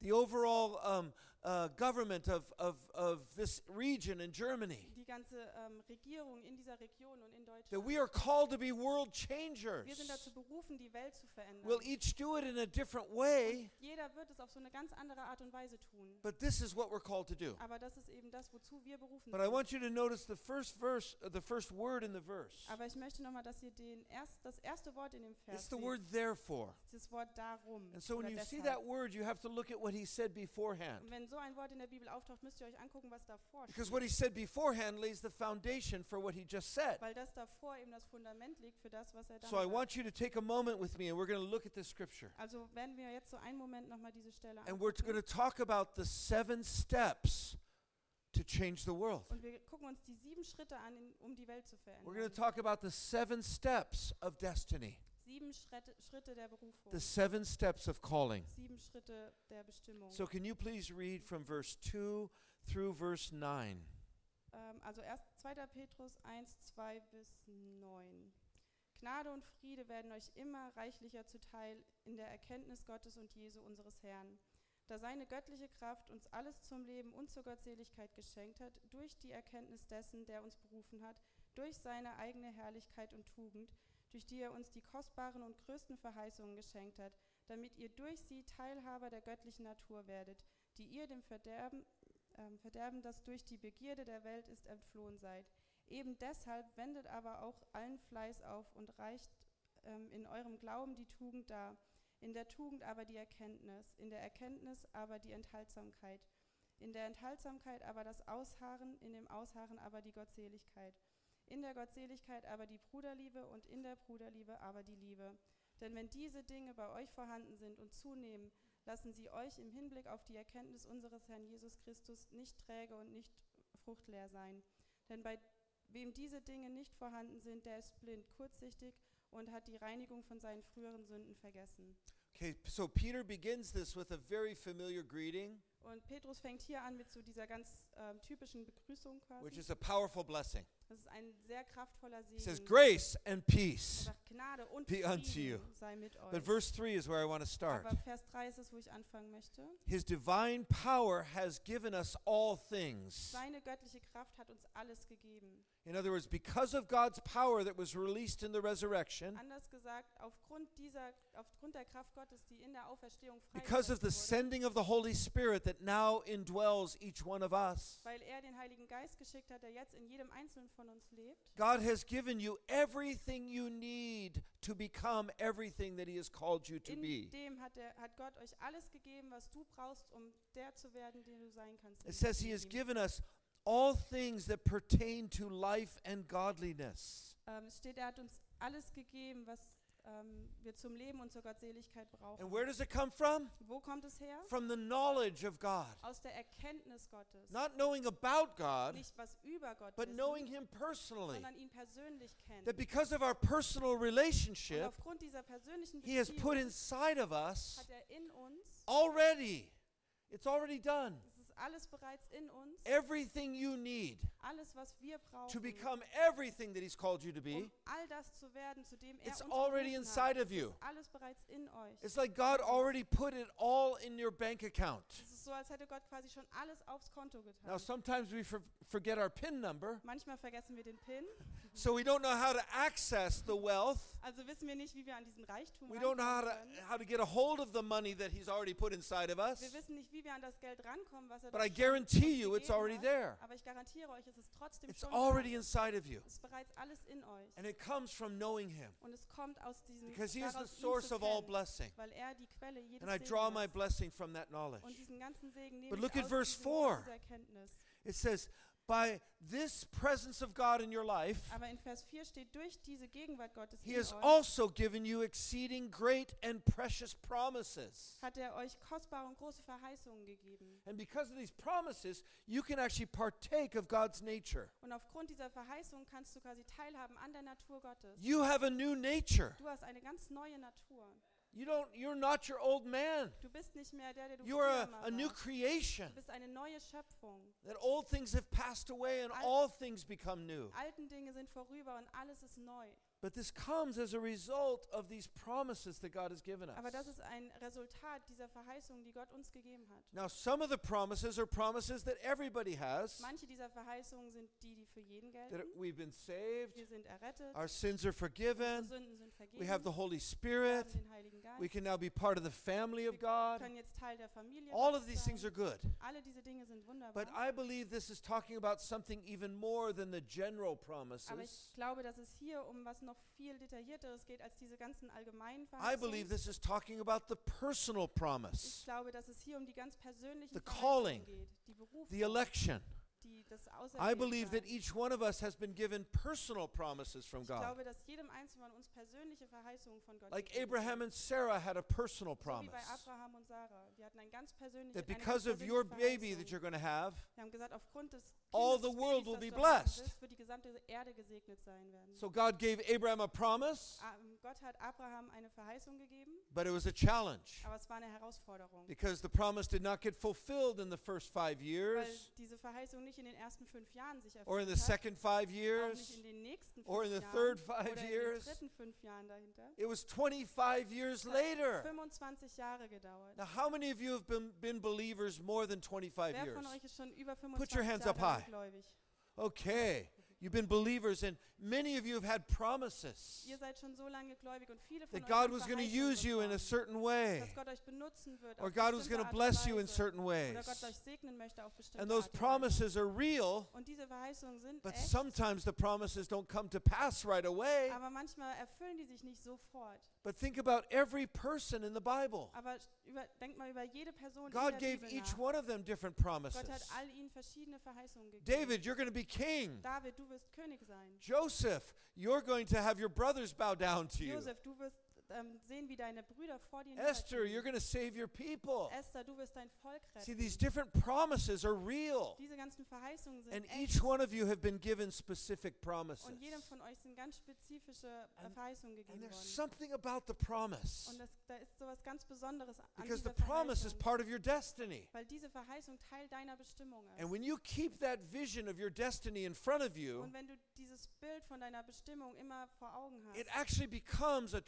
S1: the overall um, uh, government of, of, of this region in Germany.
S2: die ganze ähm, Regierung in dieser Region und in
S1: That
S2: Deutschland.
S1: we are called to be world changers.
S2: Wir sind dazu berufen, die Welt zu verändern.
S1: We'll each do it in a different way,
S2: Jeder wird es auf so eine ganz andere Art und Weise tun.
S1: but this is what we're called to do.
S2: Aber das ist eben das, wozu wir berufen
S1: But I
S2: sind.
S1: want you to notice the first verse, uh, the first word in the verse.
S2: Aber ich möchte nochmal, dass ihr den erst, das erste Wort in dem Vers
S1: It's the
S2: seht.
S1: word therefore.
S2: dieses Wort darum.
S1: And so when
S2: oder
S1: you see
S2: deshalb.
S1: that word, you have to look at what he said beforehand.
S2: Und wenn so ein Wort in der Bibel auftaucht, müsst ihr euch angucken, was davor
S1: Because
S2: steht.
S1: what he said beforehand lays the foundation for what he just said.
S2: Weil das davor eben das Fundament liegt für das, was er dann
S1: So I
S2: sagt.
S1: want you to take a moment with me and we're going to look at this scripture.
S2: Also werden wir jetzt so einen Moment nochmal diese Stelle
S1: And we're
S2: angucken.
S1: going to talk about the seven steps to change the world.
S2: Und wir gucken uns die sieben Schritte an, in, um die Welt zu
S1: We're going
S2: verändern.
S1: to talk about the seven steps of destiny,
S2: Sieben Schritte, Schritte der Berufung.
S1: the seven steps of calling.
S2: Sieben Schritte der Bestimmung.
S1: So can you please read from verse 2 through verse 9?
S2: Ähm, also erst 2. Petrus 1, 2 bis 9. Gnade und Friede werden euch immer reichlicher zuteil in der Erkenntnis Gottes und Jesu unseres Herrn, da seine göttliche Kraft uns alles zum Leben und zur Gottseligkeit geschenkt hat, durch die Erkenntnis dessen, der uns berufen hat, durch seine eigene Herrlichkeit und Tugend, durch die er uns die kostbaren und größten Verheißungen geschenkt hat, damit ihr durch sie Teilhaber der göttlichen Natur werdet, die ihr dem Verderben, ähm, Verderben, das durch die Begierde der Welt ist, entflohen seid. Eben deshalb wendet aber auch allen Fleiß auf und reicht ähm, in eurem Glauben die Tugend dar, in der Tugend aber die Erkenntnis, in der Erkenntnis aber die Enthaltsamkeit, in der Enthaltsamkeit aber das Ausharren, in dem Ausharren aber die Gottseligkeit, in der Gottseligkeit aber die Bruderliebe und in der Bruderliebe aber die Liebe. Denn wenn diese Dinge bei euch vorhanden sind und zunehmen, lassen sie euch im Hinblick auf die Erkenntnis unseres Herrn Jesus Christus nicht träge und nicht fruchtleer sein. Denn bei wem diese Dinge nicht vorhanden sind, der ist blind, kurzsichtig und hat die Reinigung von seinen früheren Sünden vergessen.
S1: Okay, so Peter begins this with a very familiar greeting,
S2: Und Petrus fängt hier an mit so dieser ganz ähm, typischen Begrüßung
S1: which
S2: quasi.
S1: is a powerful blessing.
S2: Das ist ein sehr kraftvoller
S1: He says,
S2: Segen.
S1: Grace and
S2: Er
S1: peace.
S2: sagt, Gnade und
S1: Be unto
S2: Frieden sei mit
S1: But
S2: euch.
S1: verse 3 is where I want to start.
S2: Aber Vers 3 ist es, wo ich anfangen möchte.
S1: His divine power has given us all things.
S2: Seine göttliche Kraft hat uns alles gegeben.
S1: In other words, because of God's power that was released in the resurrection,
S2: Anders gesagt, aufgrund dieser, aufgrund der Kraft Gottes, die in der Auferstehung
S1: because of the
S2: freigesetzt wurde,
S1: sending of the Holy Spirit that now indwells each one of us,
S2: weil er den Heiligen Geist geschickt hat, der jetzt in jedem Einzelnen von uns lebt,
S1: God has given you everything you need to become everything that He has called you to
S2: in
S1: be.
S2: dem hat, er, hat Gott euch alles gegeben, was du brauchst, um der zu werden, den du sein kannst. in
S1: It says He has
S2: Christus Jesus.
S1: given us all things that pertain to life and godliness.
S2: Ähm, es steht, er hat uns alles gegeben, was ähm, wir zum Leben und zur Gottseligkeit brauchen.
S1: And where does it come from?
S2: Wo kommt es her?
S1: From the knowledge of God.
S2: Aus der Erkenntnis Gottes.
S1: Not knowing about God,
S2: Nicht was über Gott
S1: but
S2: wissen,
S1: knowing Him personally.
S2: sondern ihn persönlich kennen.
S1: That because of our personal
S2: Und
S1: relationship,
S2: aufgrund dieser persönlichen
S1: He has put
S2: Beziehung
S1: inside of us
S2: hat er in uns,
S1: already. It's already done.
S2: es ist alles bereits in uns,
S1: Everything you need
S2: alles was wir brauchen,
S1: to become everything that He's called you to be,
S2: um all das zu werden, zu dem er
S1: it's
S2: uns
S1: already
S2: berufen
S1: inside
S2: hat.
S1: of you.
S2: Alles bereits in euch.
S1: It's like God already put it all in your bank account.
S2: es ist so, als hätte Gott quasi schon alles aufs Konto getan.
S1: Now, sometimes we for- forget our PIN number,
S2: Manchmal vergessen wir den PIN,
S1: so we don't know how to access the wealth.
S2: also wissen wir nicht, wie wir an diesen Reichtum
S1: We don't know how
S2: rankommen
S1: to,
S2: können.
S1: how to get a hold of the money that He's already put inside of us.
S2: Wir wissen nicht, wie wir an das Geld rankommen, was er
S1: But
S2: uns
S1: I
S2: schon
S1: guarantee
S2: uns
S1: you it's
S2: gegeben
S1: already
S2: hat.
S1: there.
S2: Aber ich garantiere euch, es ist trotzdem
S1: It's
S2: schon
S1: already
S2: da.
S1: inside of you.
S2: Es ist bereits alles in euch.
S1: And it comes from knowing Him
S2: Und es kommt aus diesem
S1: because He is the
S2: daraus, ihn zu
S1: source of all
S2: kennen,
S1: blessing.
S2: weil er die Quelle jedes
S1: And I
S2: Segens
S1: draw my
S2: ist.
S1: blessing from that knowledge.
S2: Und diesen ganzen Segen nehme
S1: But look
S2: ich
S1: at
S2: aus
S1: verse
S2: diesem, aus
S1: four.
S2: dieser Erkenntnis.
S1: It says, by this presence of God in your life,
S2: Aber in Vers 4 steht, durch diese Gegenwart Gottes
S1: He
S2: in
S1: has
S2: euch
S1: also given you exceeding great and precious promises.
S2: hat er euch kostbare und große Verheißungen gegeben.
S1: And because of these promises, you can actually partake of God's nature.
S2: Und aufgrund dieser Verheißung kannst du quasi teilhaben an der Natur Gottes.
S1: You have a new nature.
S2: Du hast eine ganz neue Natur.
S1: You don't you're not your old man.
S2: Du bist nicht mehr der, der du
S1: You are
S2: früher
S1: a,
S2: mal
S1: a new
S2: warst.
S1: creation.
S2: Du bist eine neue Schöpfung.
S1: That old things have passed away and
S2: Al-
S1: all things become new.
S2: Die alten Dinge sind vorüber und alles ist neu.
S1: But this comes as a result of these promises that God has given us.
S2: Aber das ist ein Resultat dieser Verheißung, die Gott uns gegeben hat.
S1: Now, some of the promises are promises that everybody has
S2: Manche dieser Verheißungen sind die, die für jeden
S1: that
S2: gelten.
S1: we've been saved,
S2: Wir sind errettet,
S1: our sins are
S2: unsere
S1: forgiven,
S2: Sünden sind vergeben,
S1: we have the Holy
S2: wir
S1: Spirit,
S2: haben den Heiligen Geist,
S1: we can now be part of the family of
S2: wir
S1: God.
S2: können jetzt Teil der Familie
S1: All
S2: Gottes
S1: of these things
S2: sein.
S1: are good.
S2: Alle diese Dinge sind wunderbar.
S1: But I believe this is talking about something even more than the general
S2: Aber
S1: promises.
S2: ich glaube, dass es hier um was noch viel detaillierteres geht als diese ganzen allgemeinen
S1: I believe
S2: Verheißungen.
S1: this is talking about the personal
S2: Ich
S1: promise,
S2: glaube, dass es hier um die ganz persönlichen
S1: The calling.
S2: Verheißungen geht, die Berufung,
S1: the election.
S2: die das
S1: I
S2: Auserwähltsein.
S1: believe that each one of us has been given personal promises from
S2: Ich
S1: God.
S2: glaube, dass jedem Einzelnen von uns persönliche Verheißungen von Gott
S1: Like
S2: gegeben
S1: Abraham and Sarah had a personal
S2: So
S1: promise
S2: wie bei Abraham und Sarah. Die hatten ein ganz persönliches
S1: that because of your baby that you're going to have,
S2: Wir haben gesagt, aufgrund des Kindes,
S1: all the
S2: des
S1: world
S2: Babys,
S1: will
S2: das
S1: be
S2: du haben
S1: blessed.
S2: wirst, wird die gesamte Erde gesegnet sein werden.
S1: so God gave Abraham a promise,
S2: Ah, Gott hat Abraham eine Verheißung gegeben,
S1: but it was a challenge
S2: aber es war eine Herausforderung,
S1: because the promise did not get fulfilled in the first five
S2: weil
S1: years,
S2: diese Verheißung nicht in den ersten fünf Jahren sich
S1: or
S2: erfüllt
S1: in the
S2: hat,
S1: second five
S2: auch
S1: years,
S2: nicht in den nächsten
S1: or
S2: fünf
S1: in the
S2: Jahren
S1: third five
S2: oder in den
S1: years.
S2: dritten fünf Jahren dahinter.
S1: It was 25 years
S2: Es hat
S1: later.
S2: 25 Jahre gedauert.
S1: Now, how many of you have been, been believers more than 25
S2: Wer
S1: years?
S2: von euch ist schon über
S1: Put
S2: 25
S1: your hands
S2: Jahre
S1: up high.
S2: gläubig?
S1: Okay. You've been believers, and many of you have had promises
S2: Ihr seid schon so lange gläubig und viele von
S1: that
S2: euch
S1: God
S2: haben
S1: was going to
S2: Verheißungen
S1: use you in a
S2: bekommen,
S1: certain way,
S2: dass Gott euch benutzen wird
S1: or
S2: auf
S1: God was
S2: bestimmte
S1: going to
S2: Art und
S1: bless you in
S2: Weise.
S1: certain ways.
S2: oder Gott euch segnen möchte auf bestimmte
S1: And those
S2: Art und Weise.
S1: promises are real,
S2: Und diese Verheißungen sind
S1: but
S2: echt,
S1: sometimes the promises don't come to pass right away.
S2: aber manchmal erfüllen die sich nicht sofort.
S1: But think about every person in the Bible.
S2: Aber sch- über, denkt mal über jede Person
S1: God
S2: in der
S1: gave
S2: Bibel
S1: each
S2: nach.
S1: one of them different promises.
S2: Gott hat all ihnen verschiedene Verheißungen gegeben.
S1: David, you're going to be king.
S2: David, du wirst König sein.
S1: Joseph, you're going to have your brothers bow down to you.
S2: Josef, du wirst ähm, sehen, wie deine Brüder vor dir
S1: Esther,
S2: niederknien.
S1: you're going to save your people.
S2: Esther, du wirst dein Volk
S1: See,
S2: retten.
S1: these different promises are real.
S2: Diese ganzen Verheißungen sind
S1: And
S2: echt.
S1: each one of you have been given specific promises.
S2: Und jedem von euch sind ganz spezifische äh,
S1: And-
S2: Verheißungen gegeben
S1: And there's
S2: worden.
S1: something about the promise.
S2: Und das, da ist sowas ganz Besonderes an
S1: Because the
S2: dieser
S1: promise is
S2: Verheißung.
S1: part of your destiny.
S2: Weil diese Verheißung Teil deiner Bestimmung ist.
S1: And when you keep that vision of your destiny in front of you,
S2: Und wenn du dieses Bild von deiner Bestimmung immer vor Augen
S1: it
S2: hast,
S1: actually becomes a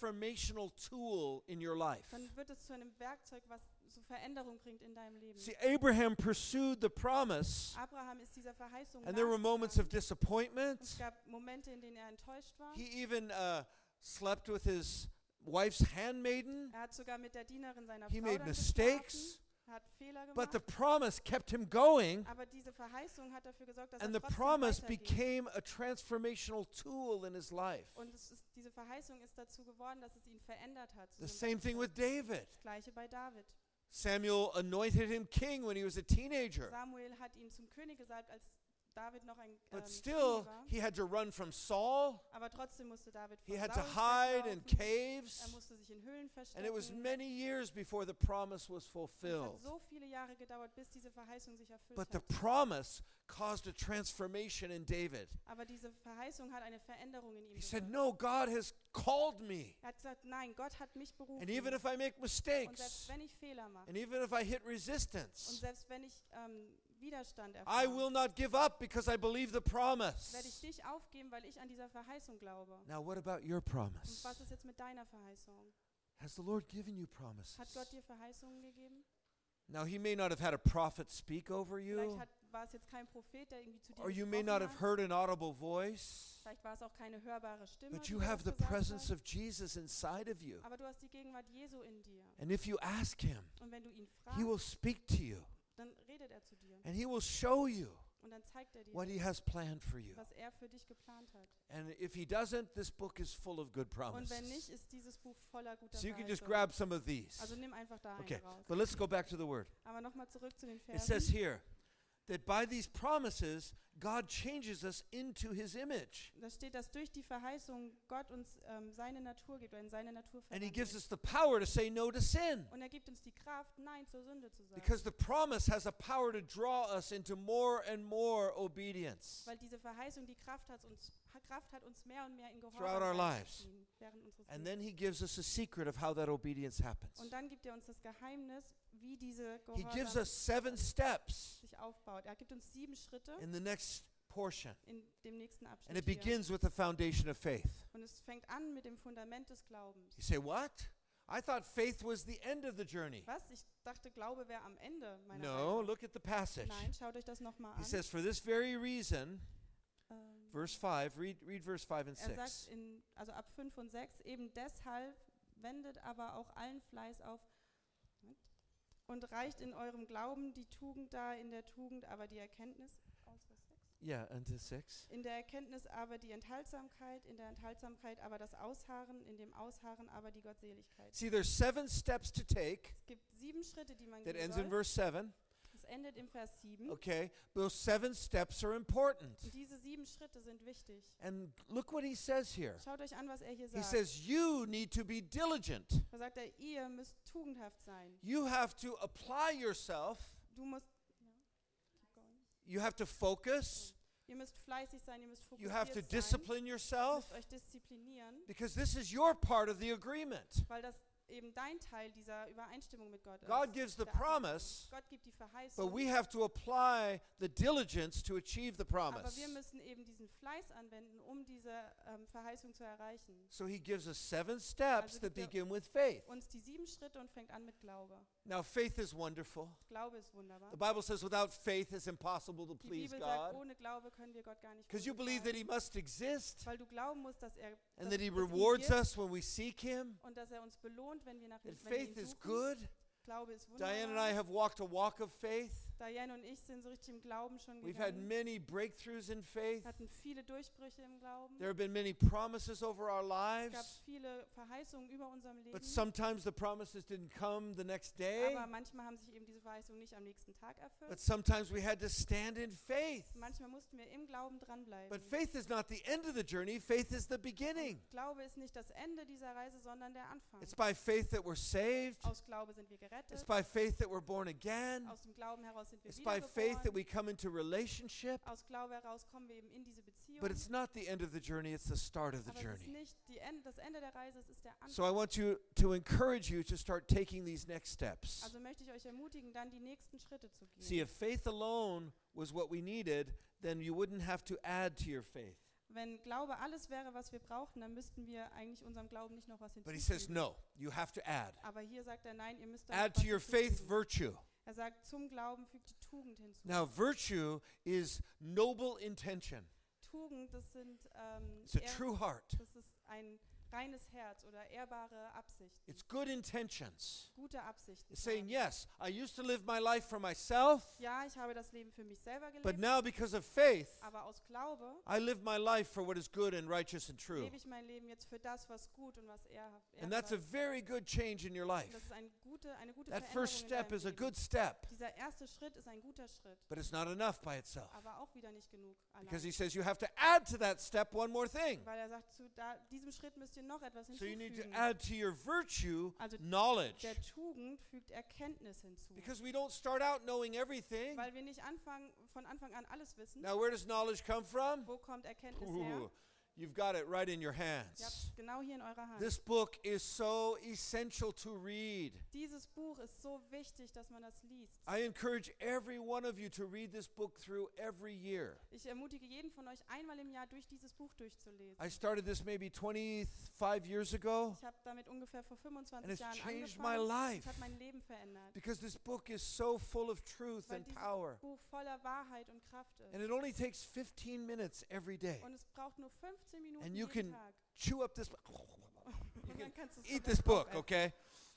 S1: transformational tool in your life.
S2: dann wird es zu einem Werkzeug, was so Veränderung bringt in deinem Leben.
S1: See, Abraham pursued the promise,
S2: Abraham ist dieser Verheißung
S1: and there were moments of
S2: nachgegangen.
S1: disappointment.
S2: Es gab Momente, in denen er enttäuscht war.
S1: He even uh, slept with his wife's handmaiden.
S2: Er hat sogar mit der Dienerin seiner
S1: He
S2: Frau
S1: made
S2: dann
S1: mistakes,
S2: geschlafen, hat Fehler
S1: but the
S2: gemacht.
S1: promise kept him going,
S2: Aber diese Verheißung hat dafür gesorgt, dass
S1: and the
S2: er trotzdem
S1: promise
S2: weiterging.
S1: became a transformational tool in his life.
S2: Und es ist, diese Verheißung ist dazu geworden, dass es ihn verändert hat. zu
S1: The same
S2: einem
S1: thing with David.
S2: Das gleiche bei David.
S1: Samuel anointed him king when he was a teenager,
S2: Samuel hat ihn zum König gesalbt, als David noch ein ähm,
S1: but
S2: Kind
S1: still,
S2: war.
S1: he had to run from Saul,
S2: Aber trotzdem musste David
S1: he
S2: vor
S1: had to
S2: Saul
S1: hide in
S2: weglaufen. Er
S1: caves,
S2: musste sich in Höhlen
S1: and it was
S2: verstecken.
S1: many years before the promise was
S2: Und es hat
S1: fulfilled.
S2: so viele Jahre gedauert, bis diese Verheißung sich erfüllt
S1: But the
S2: hat.
S1: promise caused a transformation in David.
S2: Aber diese Verheißung hat eine Veränderung in ihm
S1: He said,
S2: bewirkt.
S1: No, God has called me.
S2: Er hat gesagt, nein, Gott hat mich berufen.
S1: And even if I make
S2: und selbst
S1: mistakes,
S2: wenn ich Fehler mache
S1: and even if I hit
S2: und
S1: resistance,
S2: selbst wenn ich ähm, Widerstand
S1: I
S2: erfahre,
S1: will not give up because I believe the
S2: werde ich
S1: promise.
S2: dich aufgeben, weil ich an dieser Verheißung glaube.
S1: Now, what about your
S2: Und
S1: promise?
S2: was ist jetzt mit deiner Verheißung?
S1: Has the Lord given you promises?
S2: Hat Gott dir Verheißungen gegeben?
S1: Now, He may not have had a prophet speak over
S2: Vielleicht
S1: you,
S2: hat, war es jetzt kein Prophet, der irgendwie zu dir
S1: or you may
S2: gesprochen
S1: not have
S2: hat.
S1: heard an audible voice,
S2: Vielleicht war es auch keine hörbare Stimme.
S1: but
S2: die
S1: you
S2: dir
S1: have
S2: das
S1: the
S2: gesagt
S1: presence
S2: hat.
S1: of Jesus inside of you.
S2: Aber du hast die Gegenwart Jesu in dir.
S1: And if you ask Him,
S2: Und wenn du ihn
S1: He will
S2: fragst,
S1: speak to you,
S2: dann redet er zu dir.
S1: and He will show you
S2: Und dann zeigt er dir,
S1: what He has planned for you.
S2: was er für dich geplant hat.
S1: And if He doesn't, this book is full of good
S2: Und wenn nicht,
S1: promises.
S2: ist dieses Buch voller guter
S1: So you can just
S2: Verheißungen.
S1: grab some of these.
S2: Also nimm einfach da
S1: Okay,
S2: einen raus.
S1: but let's go back to the word.
S2: Aber nochmal zurück zu den
S1: It says
S2: Versen.
S1: here, that by these promises, God changes us into his image.
S2: Da steht, dass durch die Verheißung Gott uns ähm, seine Natur gibt oder in seine Natur
S1: And he
S2: verwandelt.
S1: gives us the power to say no to sin.
S2: Und er gibt uns die Kraft, Nein zur Sünde zu sagen.
S1: Because the promise has a power to draw us into more and more obedience
S2: Weil diese Verheißung die Kraft hat, uns, ha- Kraft hat, uns mehr und mehr in
S1: Throughout our
S2: Gehorsam
S1: lives.
S2: reinzuziehen während unseres
S1: And
S2: Lebens.
S1: then he gives us a secret of how that obedience happens.
S2: Und dann gibt er uns das Geheimnis, wie diese
S1: He gives
S2: Gehorsam
S1: us seven steps
S2: sich aufbaut. Er gibt uns sieben Schritte
S1: in the next portion.
S2: in dem nächsten
S1: And it
S2: Abschnitt. Hier.
S1: begins with the foundation of faith.
S2: Und es fängt an mit dem Fundament des Glaubens.
S1: You say, What? I thought faith was the end of the journey.
S2: Was? Ich dachte, Glaube wäre am Ende meiner
S1: No, look at the
S2: Reise.
S1: passage.
S2: Nein, schaut euch das nochmal
S1: He
S2: an.
S1: says, For this very reason,
S2: Ähm,
S1: verse 5, read, read verse 5 and
S2: er
S1: 6.
S2: sagt, in, also ab 5 und 6, eben deshalb wendet aber auch allen Fleiß auf Moment. und reicht in eurem Glauben die Tugend dar, in der Tugend aber die Erkenntnis. Aus Vers sechs?
S1: Yeah, unto 6.
S2: In der Erkenntnis aber die Enthaltsamkeit, in der Enthaltsamkeit aber das Ausharren, in dem Ausharren aber die Gottseligkeit.
S1: See, there's seven steps to take
S2: Es gibt sieben Schritte, die man
S1: that
S2: gehen
S1: ends in
S2: soll.
S1: verse 7.
S2: Das endet im Vers 7.
S1: Okay, those seven steps are important.
S2: Und diese sieben Schritte sind wichtig.
S1: And look what he says here.
S2: Schaut euch an, was er hier
S1: He
S2: sagt.
S1: says, You need to be diligent.
S2: Da sagt er, ihr müsst tugendhaft sein.
S1: You have to apply yourself,
S2: Du musst, ja, keep going.
S1: you have to focus,
S2: ihr müsst fleißig sein, ihr müsst
S1: you
S2: fokussiert
S1: have to
S2: sein.
S1: discipline
S2: Ihr
S1: yourself,
S2: müsst euch disziplinieren,
S1: because this is your part of the agreement.
S2: weil das eben dein Teil dieser Übereinstimmung mit Gott ist.
S1: God gives the
S2: der Abmachung.
S1: promise,
S2: Gott gibt die
S1: but
S2: Verheißung.
S1: we have to apply the diligence to achieve the
S2: aber
S1: promise.
S2: wir müssen eben diesen Fleiß anwenden, um diese ähm, Verheißung zu erreichen.
S1: So he gives us seven steps
S2: Also
S1: that
S2: gibt er
S1: begin with faith.
S2: Uns die sieben Schritte und fängt an mit Glaube.
S1: Now, faith is wonderful.
S2: Glaube ist wunderbar.
S1: The Bible says, without faith, it's impossible to
S2: Die
S1: please
S2: Bibel
S1: God.
S2: sagt, ohne Glaube können wir Gott gar nicht
S1: Because you
S2: wohlgefallen.
S1: believe that He must exist
S2: weil du glauben musst, dass er
S1: and
S2: dass
S1: that He
S2: es ihn
S1: rewards
S2: gibt
S1: us when we seek Him,
S2: und dass er uns belohnt, wenn wir nach
S1: that
S2: wenn wir ihn
S1: faith is
S2: suchen.
S1: good.
S2: Glaube ist
S1: Diane and I
S2: wunderbar.
S1: have walked a walk of faith.
S2: Diane und ich sind so richtig im Glauben schon
S1: We've had
S2: gegangen.
S1: many breakthroughs in faith.
S2: hatten viele Durchbrüche im Glauben.
S1: There have been many promises over our
S2: Es gab
S1: lives,
S2: viele Verheißungen über unserem Leben.
S1: but sometimes the promises didn't come the next day.
S2: Aber manchmal haben sich eben diese Verheißungen nicht am nächsten Tag
S1: But
S2: erfüllt.
S1: sometimes we had to stand in faith.
S2: Manchmal mussten wir im Glauben dranbleiben.
S1: But faith is not the end of the journey, faith is the beginning.
S2: Und Glaube ist nicht das Ende dieser Reise, sondern der Anfang.
S1: It's by faith that we're saved,
S2: Aus Glaube sind wir
S1: it's
S2: gerettet.
S1: by faith that we're born again,
S2: Aus dem Glauben heraus sind wir
S1: it's by faith that
S2: wiedergeboren.
S1: we come into relationship.
S2: Aus Glaube heraus kommen wir eben in diese Beziehung.
S1: But it's not the end of the journey, it's the start of the
S2: Aber es ist
S1: journey.
S2: nicht die End, das Ende der Reise, es ist der Anfang.
S1: So I want you to encourage you to start taking these next steps.
S2: also möchte ich euch ermutigen, dann die nächsten Schritte zu gehen.
S1: See, if faith alone was what we needed, then you wouldn't have to add to your faith.
S2: Wenn Glaube alles wäre, was wir brauchten, dann müssten wir eigentlich unserem Glauben nicht noch was
S1: But he says,
S2: hinzufügen.
S1: no, you have to add.
S2: Aber hier sagt er, nein, ihr müsst da
S1: Add
S2: noch was
S1: to your faith
S2: hinzufügen.
S1: virtue.
S2: Er sagt, zum Glauben fügt die Tugend hinzu.
S1: Now, virtue is noble intention,
S2: Tugend, das sind ähm,
S1: it's a
S2: ehr-
S1: true heart,
S2: das ist ein reines Herz oder ehrbare Absichten,
S1: it's good intentions.
S2: gute Absichten.
S1: It's
S2: zu
S1: saying,
S2: haben.
S1: yes, I used to live my life for myself,
S2: Ja, ich habe das Leben für mich selber gelebt,
S1: but now because of faith,
S2: aber aus Glaube
S1: I live my life for what is good and righteous and true.
S2: lebe ich mein Leben jetzt für das, was gut und was ehrhaft
S1: And that's a
S2: ehrbar ist.
S1: very good change in your
S2: Und Das
S1: life.
S2: ist eine gute, eine gute
S1: That
S2: Veränderung
S1: first
S2: in
S1: step
S2: deinem
S1: is a
S2: Leben.
S1: good step,
S2: Dieser erste Schritt ist ein guter Schritt,
S1: but it's not enough by itself.
S2: aber auch wieder nicht genug.
S1: Oh. Because he
S2: Allein.
S1: says you have to add to that step one more thing.
S2: Weil er sagt, zu da, diesem Schritt müsst ihr noch etwas
S1: So you need
S2: hinzufügen.
S1: to add to your virtue
S2: Also
S1: knowledge.
S2: der Tugend fügt Erkenntnis hinzu.
S1: Because we don't start out knowing everything.
S2: Weil wir nicht anfangen, von Anfang an alles wissen.
S1: Now, where does knowledge come from?
S2: Wo kommt Erkenntnis her?
S1: Ooh, you've got it right in your
S2: Ihr habt
S1: hands.
S2: es genau hier in eurer Hand.
S1: This book is so essential to read.
S2: Dieses Buch ist so wichtig, dass man das liest.
S1: I encourage every one of you to read this book through every year.
S2: Ich ermutige jeden von euch, einmal im Jahr durch dieses Buch durchzulesen.
S1: I started this maybe 25 years ago,
S2: Ich habe damit ungefähr vor
S1: and
S2: 25
S1: it's
S2: Jahren
S1: changed my
S2: angefangen.
S1: life
S2: Es hat mein Leben verändert.
S1: because this book is so full of truth
S2: Weil
S1: and
S2: dieses
S1: power.
S2: Buch voller Wahrheit und Kraft ist.
S1: And it only takes 15 minutes every day.
S2: Und es braucht nur 15 Minuten
S1: And you
S2: jeden
S1: can
S2: Tag.
S1: Chew up this.
S2: Und dann kannst du es
S1: Eat
S2: komplett
S1: this book,
S2: aufessen.
S1: okay?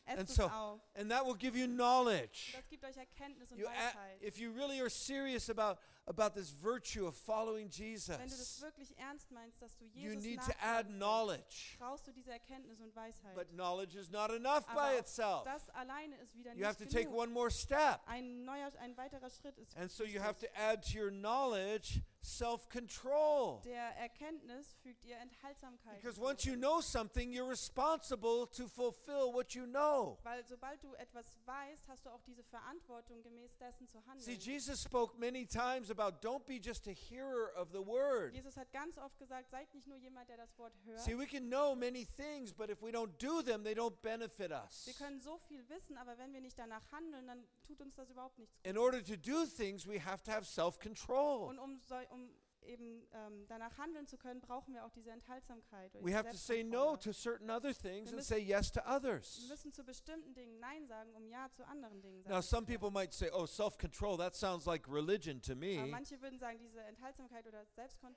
S2: Esst
S1: and
S2: es
S1: so-
S2: auf.
S1: And that will give you
S2: Und
S1: knowledge.
S2: Das gibt euch Erkenntnis und
S1: You a-
S2: Weisheit.
S1: if you really are serious about about this virtue of following
S2: Wenn du das
S1: Jesus,
S2: wirklich ernst meinst, dass du
S1: you
S2: Jesus
S1: need to add
S2: nachfolgen willst,
S1: knowledge.
S2: brauchst du diese Erkenntnis und Weisheit.
S1: But knowledge is not enough by
S2: Aber auch
S1: itself.
S2: Das alleine ist wieder
S1: You have to
S2: nicht
S1: take
S2: genug.
S1: one more step.
S2: Ein neuer, ein weiterer Schritt ist
S1: And so you
S2: wichtig.
S1: have to add to your knowledge self control.
S2: der Erkenntnis fügt ihr Enthaltsamkeit.
S1: Because
S2: zu.
S1: once you know something, you're responsible to fulfill what you know.
S2: Weil sobald du etwas weißt, hast du auch diese Verantwortung, gemäß dessen zu
S1: See,
S2: handeln.
S1: Jesus spoke many times about don't be just a hearer of the word.
S2: Jesus hat ganz oft gesagt, seid nicht nur jemand, der das Wort hört.
S1: See, we can know many things, but if we don't do them, they don't benefit us.
S2: Wir können so viel wissen, aber wenn wir nicht danach handeln, dann tut uns das überhaupt nichts.
S1: In order to do things, we have to have self control.
S2: Und um, so, um eben ähm, danach handeln zu können, brauchen wir auch diese Enthaltsamkeit. oder
S1: We
S2: diese
S1: have to say no
S2: Selbstkontrolle.
S1: to certain other things
S2: Wir
S1: and
S2: müssen-
S1: say yes to
S2: Wir
S1: others.
S2: müssen zu bestimmten Dingen Nein sagen, um Ja zu anderen Dingen sagen.
S1: Now,
S2: zu
S1: some
S2: können.
S1: people might say, oh, self control, that sounds like religion to
S2: Aber
S1: me.
S2: manche würden sagen, diese Enthaltsamkeit oder Selbstkon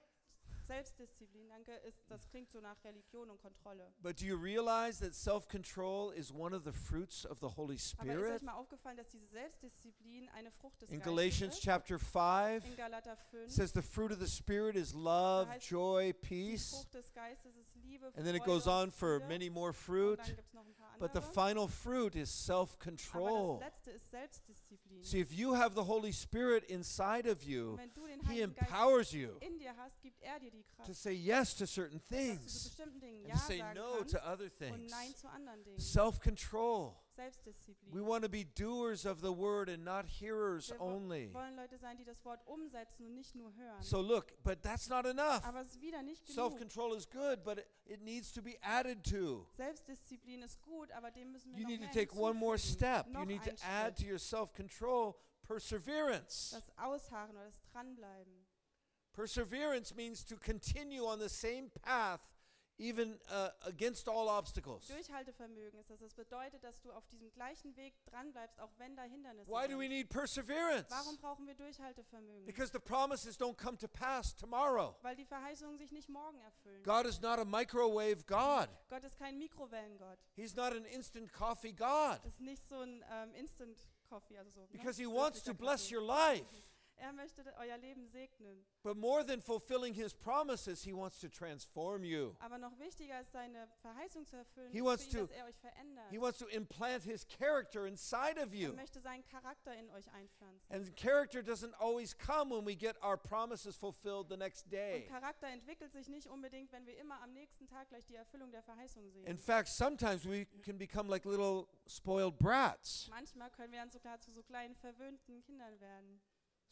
S2: Selbstdisziplin, danke, ist, das klingt so nach Religion und Kontrolle.
S1: But do you realize that self control is one of the fruits of the Holy
S2: Aber ist euch
S1: Spirit?
S2: mal aufgefallen, dass diese Selbstdisziplin eine Frucht des
S1: In
S2: Geistes
S1: Galatians
S2: ist?
S1: chapter 5,
S2: In Galater
S1: it
S2: 5.
S1: says the fruit of the Spirit is love,
S2: heißt,
S1: joy,
S2: Die
S1: peace.
S2: Frucht des Geistes ist Liebe,
S1: And then it
S2: Freude
S1: goes on
S2: und
S1: for
S2: Friede.
S1: many more fruit.
S2: Und dann gibt's noch ein paar
S1: But the
S2: andere.
S1: final fruit is self
S2: Aber das
S1: control.
S2: letzte ist Selbstdisziplin.
S1: See, if you have the Holy Spirit inside of
S2: Und
S1: you,
S2: wenn du den
S1: He
S2: Heiligen Geist
S1: empowers you
S2: in dir hast, gibt er dir die Kraft,
S1: to say yes to certain
S2: dass du zu
S1: things
S2: bestimmten Dingen
S1: and
S2: Ja
S1: to say
S2: sagen
S1: no
S2: kannst
S1: to other
S2: und
S1: things.
S2: Nein zu anderen Dingen.
S1: Self control. We
S2: Selbstdisziplin.
S1: want to be doers of the word and not hearers
S2: Wir wo-
S1: only.
S2: wollen Leute sein, die das Wort umsetzen und nicht nur hören.
S1: So look, but that's not enough.
S2: Aber es ist wieder nicht
S1: Self
S2: genug.
S1: control is good, but it, it needs to be added to.
S2: Selbstdisziplin ist gut, aber dem müssen wir
S1: You
S2: noch
S1: need
S2: mehr
S1: to take one more
S2: hinzufügen.
S1: step. You
S2: Noch
S1: need to
S2: einen
S1: add to
S2: Schritt.
S1: your self control perseverance.
S2: Das Ausharren oder das Dranbleiben.
S1: Perseverance means to continue on the same path, even uh, against all obstacles.
S2: Durchhaltevermögen ist das. Das bedeutet, dass du auf diesem gleichen Weg dranbleibst, auch wenn da Hindernisse
S1: Why do
S2: sind.
S1: we need perseverance?
S2: Warum brauchen wir Durchhaltevermögen?
S1: Because the promises don't come to pass tomorrow.
S2: Weil die Verheißungen sich nicht morgen erfüllen.
S1: God is not a microwave God.
S2: Gott ist kein Mikrowellengott.
S1: He's not an instant coffee God.
S2: Das ist nicht so ein ähm, Instant Coffee, also so. ne?
S1: Because He wants to
S2: Flüssiger
S1: bless
S2: Kaffee.
S1: your life.
S2: Er möchte da- euer Leben segnen.
S1: But more than fulfilling His promises, He wants to transform you.
S2: Aber noch wichtiger ist seine Verheißung zu erfüllen,
S1: He
S2: ist
S1: wants
S2: für ihn,
S1: to-
S2: dass er euch verändert.
S1: He wants to implant His character inside of
S2: Er
S1: you.
S2: möchte seinen Charakter in euch einpflanzen.
S1: And character doesn't always come when we get our promises fulfilled the next
S2: Und
S1: day.
S2: Charakter entwickelt sich nicht unbedingt, wenn wir immer am nächsten Tag gleich die Erfüllung der Verheißung
S1: In
S2: sehen.
S1: fact, sometimes we can become like little spoiled brats.
S2: Manchmal können wir dann sogar zu so kleinen, verwöhnten Kindern werden.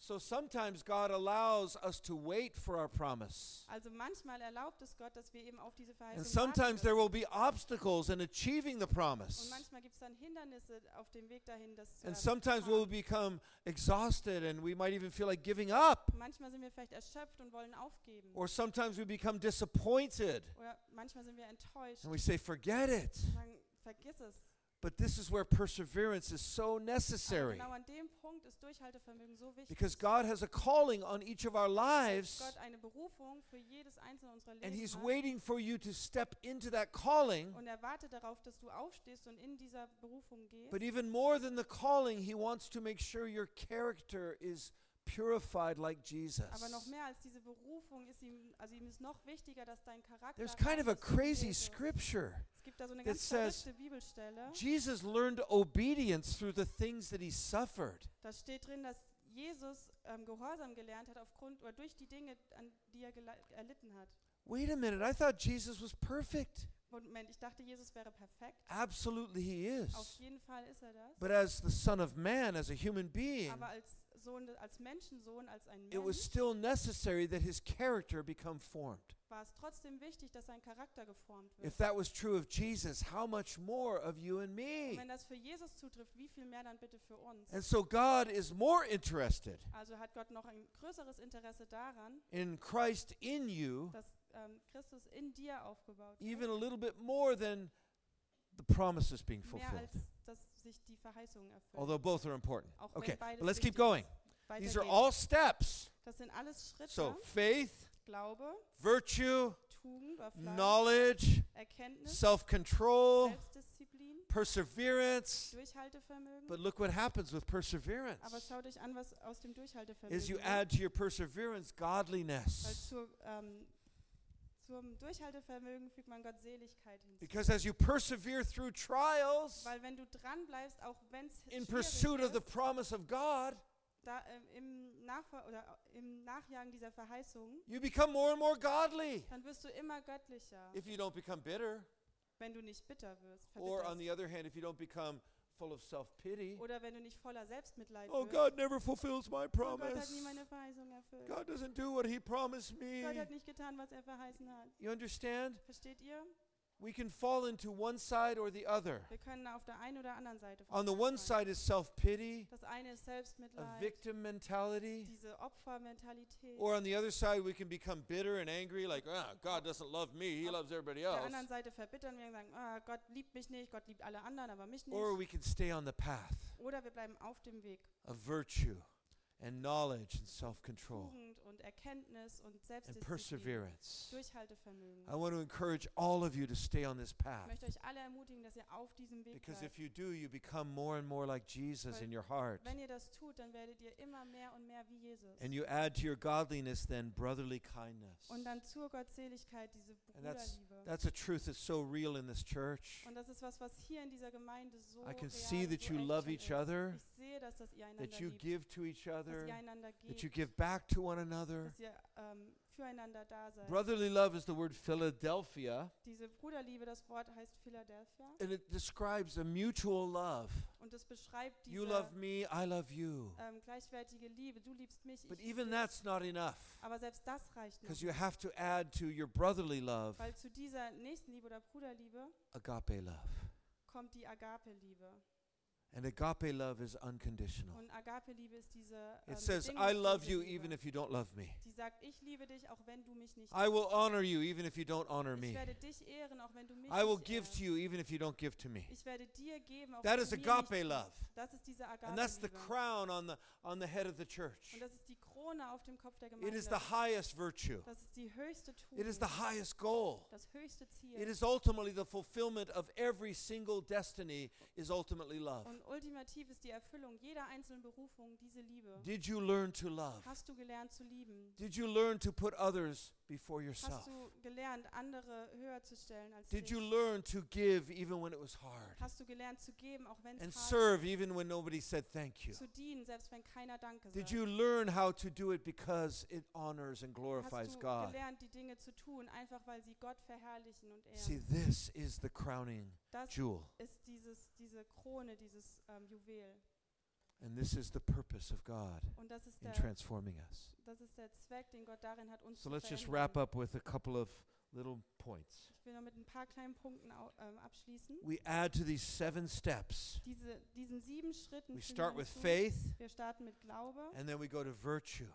S1: So sometimes God allows us to wait for our promise.
S2: Also manchmal erlaubt es Gott, dass wir eben auf diese
S1: And
S2: Verheißung warten
S1: sometimes there
S2: dürfen.
S1: will be obstacles in achieving the
S2: Und
S1: promise.
S2: manchmal gibt es dann Hindernisse auf dem Weg dahin, das zu
S1: And
S2: erfahren.
S1: sometimes we'll become exhausted and we might even feel like giving up.
S2: Manchmal sind wir vielleicht erschöpft und wollen aufgeben.
S1: Or sometimes we become disappointed
S2: Oder manchmal sind wir enttäuscht
S1: and we say, forget it.
S2: und sagen, vergiss es.
S1: But this is where perseverance is so
S2: Aber
S1: necessary
S2: genau an dem Punkt ist Durchhaltevermögen so wichtig.
S1: because God has a calling on each of our lives
S2: Gott eine Berufung für jedes einzelne unserer Leben
S1: and He's
S2: hat.
S1: waiting for you to step into that calling.
S2: und er wartet darauf, dass du aufstehst und in dieser Berufung gehst.
S1: But even more than the calling, he wants to make sure your character is purified like Jesus.
S2: Aber noch mehr als diese Berufung ist ihm, also ihm ist noch wichtiger, dass dein Charakter.
S1: There's kind of a
S2: rein ist und
S1: crazy
S2: edel ist.
S1: scripture.
S2: Es gibt da so eine
S1: that
S2: ganz
S1: says,
S2: verrückte Bibelstelle.
S1: Jesus learned obedience through the things that he suffered.
S2: Da steht drin, dass Jesus ähm, Gehorsam gelernt hat aufgrund oder durch die Dinge, an die er gele- erlitten hat.
S1: Wait a minute, I thought Jesus was perfect.
S2: Moment, ich dachte, Jesus wäre perfekt.
S1: Absolutely, Oh, he is.
S2: Auf jeden Fall ist er das.
S1: But as the Son of Man, as a human being,
S2: Aber als Sohn, als Menschensohn, als ein
S1: it was
S2: Mensch
S1: still necessary that his character become formed.
S2: war es trotzdem wichtig, dass sein Charakter geformt wird.
S1: If that was true of Jesus, how much more of you and
S2: Und
S1: me?
S2: wenn das für Jesus zutrifft, wie viel mehr dann bitte für uns?
S1: And so God is more interested
S2: Also hat Gott noch ein größeres Interesse daran,
S1: in Christ in you
S2: dass ähm, Christus in dir aufgebaut
S1: even
S2: wird,
S1: a little bit more than the promises being
S2: mehr
S1: fulfilled.
S2: als dass sich die Verheißungen erfüllen.
S1: Although both are important.
S2: Auch wenn
S1: Okay,
S2: beides
S1: but let's keep
S2: wichtig
S1: going.
S2: ist. Weiter
S1: These are
S2: geht's.
S1: all steps.
S2: das sind alles Schritte,
S1: So faith,
S2: Glaube,
S1: virtue,
S2: Tugend, oder Fleiß,
S1: knowledge,
S2: Erkenntnis,
S1: self control,
S2: Selbstdisziplin,
S1: perseverance.
S2: Durchhaltevermögen.
S1: But look what happens with perseverance
S2: Aber schau dich an, was aus dem Durchhaltevermögen
S1: is you
S2: wird.
S1: add to your perseverance
S2: Weil
S1: godliness.
S2: zur, ähm, zum Durchhaltevermögen fügt man Gott Seligkeit hinzu.
S1: Because as you persevere through trials
S2: Weil wenn du dran bleibst, auch wenn es
S1: in
S2: schwierig ist,
S1: pursuit of the promise of God,
S2: da, ähm, im, Nachver oder äh, im Nachjagen dieser Verheißung,
S1: you become more and more godly.
S2: dann wirst du immer göttlicher,
S1: If you don't become bitter,
S2: wenn du nicht bitter wirst.
S1: or on
S2: verbitterst.
S1: the other hand, if you don't become full of self pity,
S2: Oder wenn du nicht voller Selbstmitleid
S1: oh,
S2: wirst.
S1: God never fulfills my
S2: oh Gott hat
S1: promise.
S2: nie meine Verheißung erfüllt.
S1: God doesn't do what He promised me.
S2: Gott hat nicht getan, was er verheißen hat.
S1: You understand?
S2: Versteht ihr?
S1: We can fall into one side or the other.
S2: Wir können auf der einen oder anderen Seite
S1: On the one
S2: verurteilt sein.
S1: side is self pity,
S2: Das eine ist
S1: a
S2: Selbstmitleid,
S1: victim mentality.
S2: diese Opfermentalität.
S1: Or on the other side, we can become bitter and angry, like, ah, God doesn't love me, He
S2: Auf
S1: loves everybody
S2: Auf der
S1: else.
S2: anderen Seite verbittern wir und sagen, ah, Gott liebt mich nicht, Gott liebt alle anderen, aber mich nicht.
S1: Or we can stay on the path
S2: Oder wir bleiben auf dem Weg.
S1: of virtue and knowledge and self control
S2: Tugend und Erkenntnis und
S1: and
S2: Selbstdisziplin,
S1: perseverance.
S2: Durchhaltevermögen.
S1: I want to encourage all of you to stay on this
S2: Ich
S1: path
S2: möchte euch alle ermutigen, dass ihr auf diesem Weg
S1: because
S2: bleibt.
S1: if you do, you become more and more like Jesus
S2: Weil
S1: in your heart.
S2: Wenn ihr das tut, dann werdet ihr immer mehr und mehr wie Jesus.
S1: And you add to your godliness then brotherly kindness.
S2: Und dann zur Gottseligkeit diese
S1: And that's-
S2: Bruderliebe.
S1: That's a truth that's so real in this church.
S2: Und das ist was, was hier in dieser Gemeinde so
S1: I can
S2: real,
S1: see
S2: so
S1: that you
S2: echt
S1: love
S2: schon
S1: each
S2: ist.
S1: other,
S2: Ich sehe, dass das ihr einander
S1: that you
S2: liebt,
S1: give to each
S2: dass
S1: other,
S2: ihr einander gebt,
S1: that you give back to one another.
S2: dass ihr ähm, füreinander da seid.
S1: Brotherly love is the word Philadelphia,
S2: Diese Bruderliebe, das Wort heißt Philadelphia
S1: and it describes a mutual love.
S2: und es beschreibt
S1: You
S2: diese
S1: love me, I love you.
S2: ähm, gleichwertige Liebe. Du liebst mich,
S1: But
S2: ich liebe
S1: even
S2: dich.
S1: that's not enough
S2: Aber selbst das reicht
S1: because
S2: nicht,
S1: you have to add to your brotherly love
S2: weil zu dieser Nächstenliebe oder Bruderliebe
S1: agape love.
S2: kommt die Agape-Liebe.
S1: And agape love is unconditional.
S2: Und Agape-Liebe ist diese ähm,
S1: It says, I love you
S2: bedingungslose
S1: even
S2: Liebe,
S1: if you don't love me.
S2: die sagt, ich liebe dich, auch wenn du mich nicht
S1: I will honor you even if you don't honor
S2: Ich
S1: me.
S2: werde dich ehren, auch wenn du mich
S1: I will
S2: nicht
S1: give
S2: ehrst.
S1: to you even if you don't give to me.
S2: Ich werde dir geben, auch
S1: That
S2: wenn
S1: is
S2: du mir nicht
S1: agape
S2: gibst.
S1: love.
S2: Das ist diese Agape
S1: And that's the
S2: Liebe.
S1: crown on the on the head of the church.
S2: Und das ist die Krone auf dem Kopf der
S1: It
S2: Gemeinde.
S1: is the highest virtue.
S2: das ist die höchste Tugend.
S1: It is the highest goal.
S2: das höchste Ziel.
S1: It is ultimately the fulfillment of every single destiny is ultimately love.
S2: Und ultimativ ist die Erfüllung jeder einzelnen Berufung diese Liebe.
S1: Did you learn to love?
S2: Hast du gelernt zu lieben?
S1: Did you learn to put others before
S2: Hast
S1: yourself?
S2: du gelernt, andere höher zu stellen als
S1: Did
S2: dich?
S1: you learn to give even when it was hard?
S2: Hast du gelernt zu geben, auch wenn
S1: And
S2: es hart
S1: serve even when nobody said thank you?
S2: ist? Zu dienen, selbst wenn keiner Danke
S1: Did
S2: sagt.
S1: you learn how to do it because it honors and glorifies
S2: Hast du
S1: God?
S2: gelernt, die Dinge zu tun, einfach weil sie Gott verherrlichen und
S1: See,
S2: ehren?
S1: this is the crowning
S2: Das
S1: jewel,
S2: ist dieses, diese Krone, dieses ähm, Juwel.
S1: and this is the purpose of God
S2: Und das ist,
S1: in
S2: der,
S1: transforming us.
S2: das ist der Zweck, den Gott darin hat, uns
S1: So
S2: zu
S1: let's just
S2: verändern.
S1: wrap up with a couple of little points.
S2: Ich will noch mit ein paar kleinen Punkten au, ähm, abschließen.
S1: We add to these seven steps.
S2: Diese, diesen sieben Schritten.
S1: We
S2: fügen
S1: start
S2: wir
S1: with
S2: hinzu.
S1: faith,
S2: Wir starten mit Glaube,
S1: and then we go to virtue.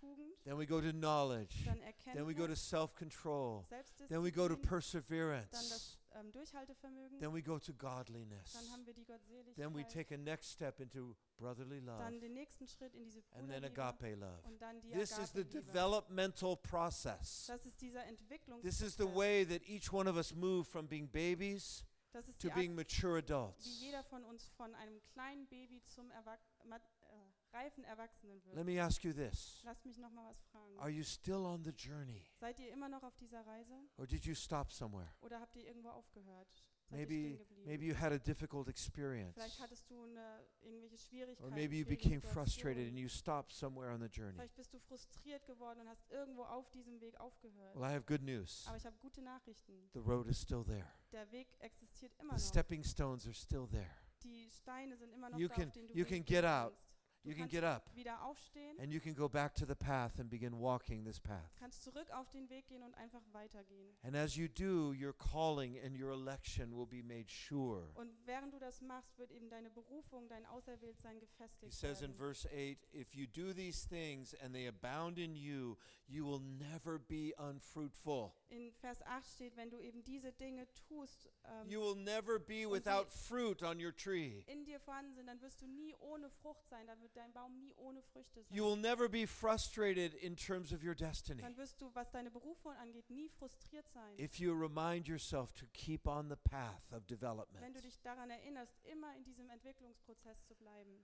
S2: Tugend,
S1: Then we go to knowledge.
S2: dann
S1: Then we go to
S2: Erkenntnis,
S1: self control.
S2: Selbstdisziplin,
S1: Then we go to
S2: dann
S1: perseverance.
S2: das ähm, Durchhaltevermögen,
S1: Then we go to godliness.
S2: dann haben wir die
S1: Then we
S2: Gottseligkeit,
S1: take a next step into brotherly love
S2: dann den nächsten Schritt in diese
S1: and then
S2: Bruderliebe
S1: agape love.
S2: und dann die
S1: This is the
S2: Agape-Liebe.
S1: developmental process.
S2: Das ist dieser Entwicklungs
S1: This is the way that each one of us move from being babies
S2: das ist
S1: to
S2: die Art,
S1: being mature
S2: wie
S1: adults.
S2: jeder von uns von einem kleinen Baby zum Erwach mat- äh, reifen Erwachsenen wird.
S1: Let me ask you this
S2: Lass mich noch mal was fragen.
S1: Are you still on the journey?
S2: Seid ihr immer noch auf dieser Reise
S1: Or did you stop somewhere?
S2: oder habt ihr irgendwo aufgehört? Seid ihr stehen
S1: Maybe,
S2: geblieben?
S1: maybe you had a difficult experience.
S2: Vielleicht hattest du eine, irgendwelche
S1: Or
S2: Schwierigkeiten.
S1: maybe you
S2: schwierige
S1: became
S2: Situationen.
S1: frustrated and you stopped somewhere on the journey.
S2: Vielleicht bist du frustriert geworden und hast irgendwo auf diesem Weg aufgehört.
S1: Well, I have good news.
S2: Aber ich habe gute Nachrichten.
S1: The road is still there.
S2: Der Weg existiert immer
S1: The
S2: noch.
S1: stepping stones are still there.
S2: Die Steine sind immer noch
S1: You
S2: da,
S1: can-
S2: auf denen du
S1: you can
S2: gehen
S1: get out.
S2: kannst. Du
S1: You can
S2: kannst
S1: get up
S2: wieder aufstehen.
S1: and you can go back to the path and begin walking this path.
S2: kannst zurück auf den Weg gehen und einfach weitergehen.
S1: And as you do, your calling and your election will be made sure.
S2: Und während du das machst, wird eben deine Berufung, dein Auserwähltsein
S1: He
S2: gefestigt.
S1: says in
S2: werden.
S1: verse 8 If you do these things and they abound in you, you will never be unfruitful.
S2: in Vers 8 steht, wenn du eben diese Dinge tust,
S1: You
S2: ähm,
S1: will never be
S2: Und
S1: without
S2: die-
S1: fruit on your tree.
S2: in dir vorhanden sind, dann wirst du nie ohne Frucht sein, dann wird dein Baum nie ohne Früchte sein.
S1: You will never be frustrated in terms of your destiny
S2: Dann wirst du, was deine Berufung angeht, nie frustriert sein.
S1: if you remind yourself to keep on the path of
S2: wenn du
S1: development.
S2: dich daran erinnerst, immer in diesem Entwicklungsprozess zu bleiben.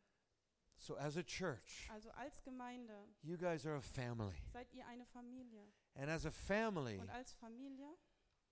S1: So, as a church,
S2: Also als Gemeinde
S1: you guys are a family.
S2: seid ihr eine Familie.
S1: And as a family,
S2: Und als Familie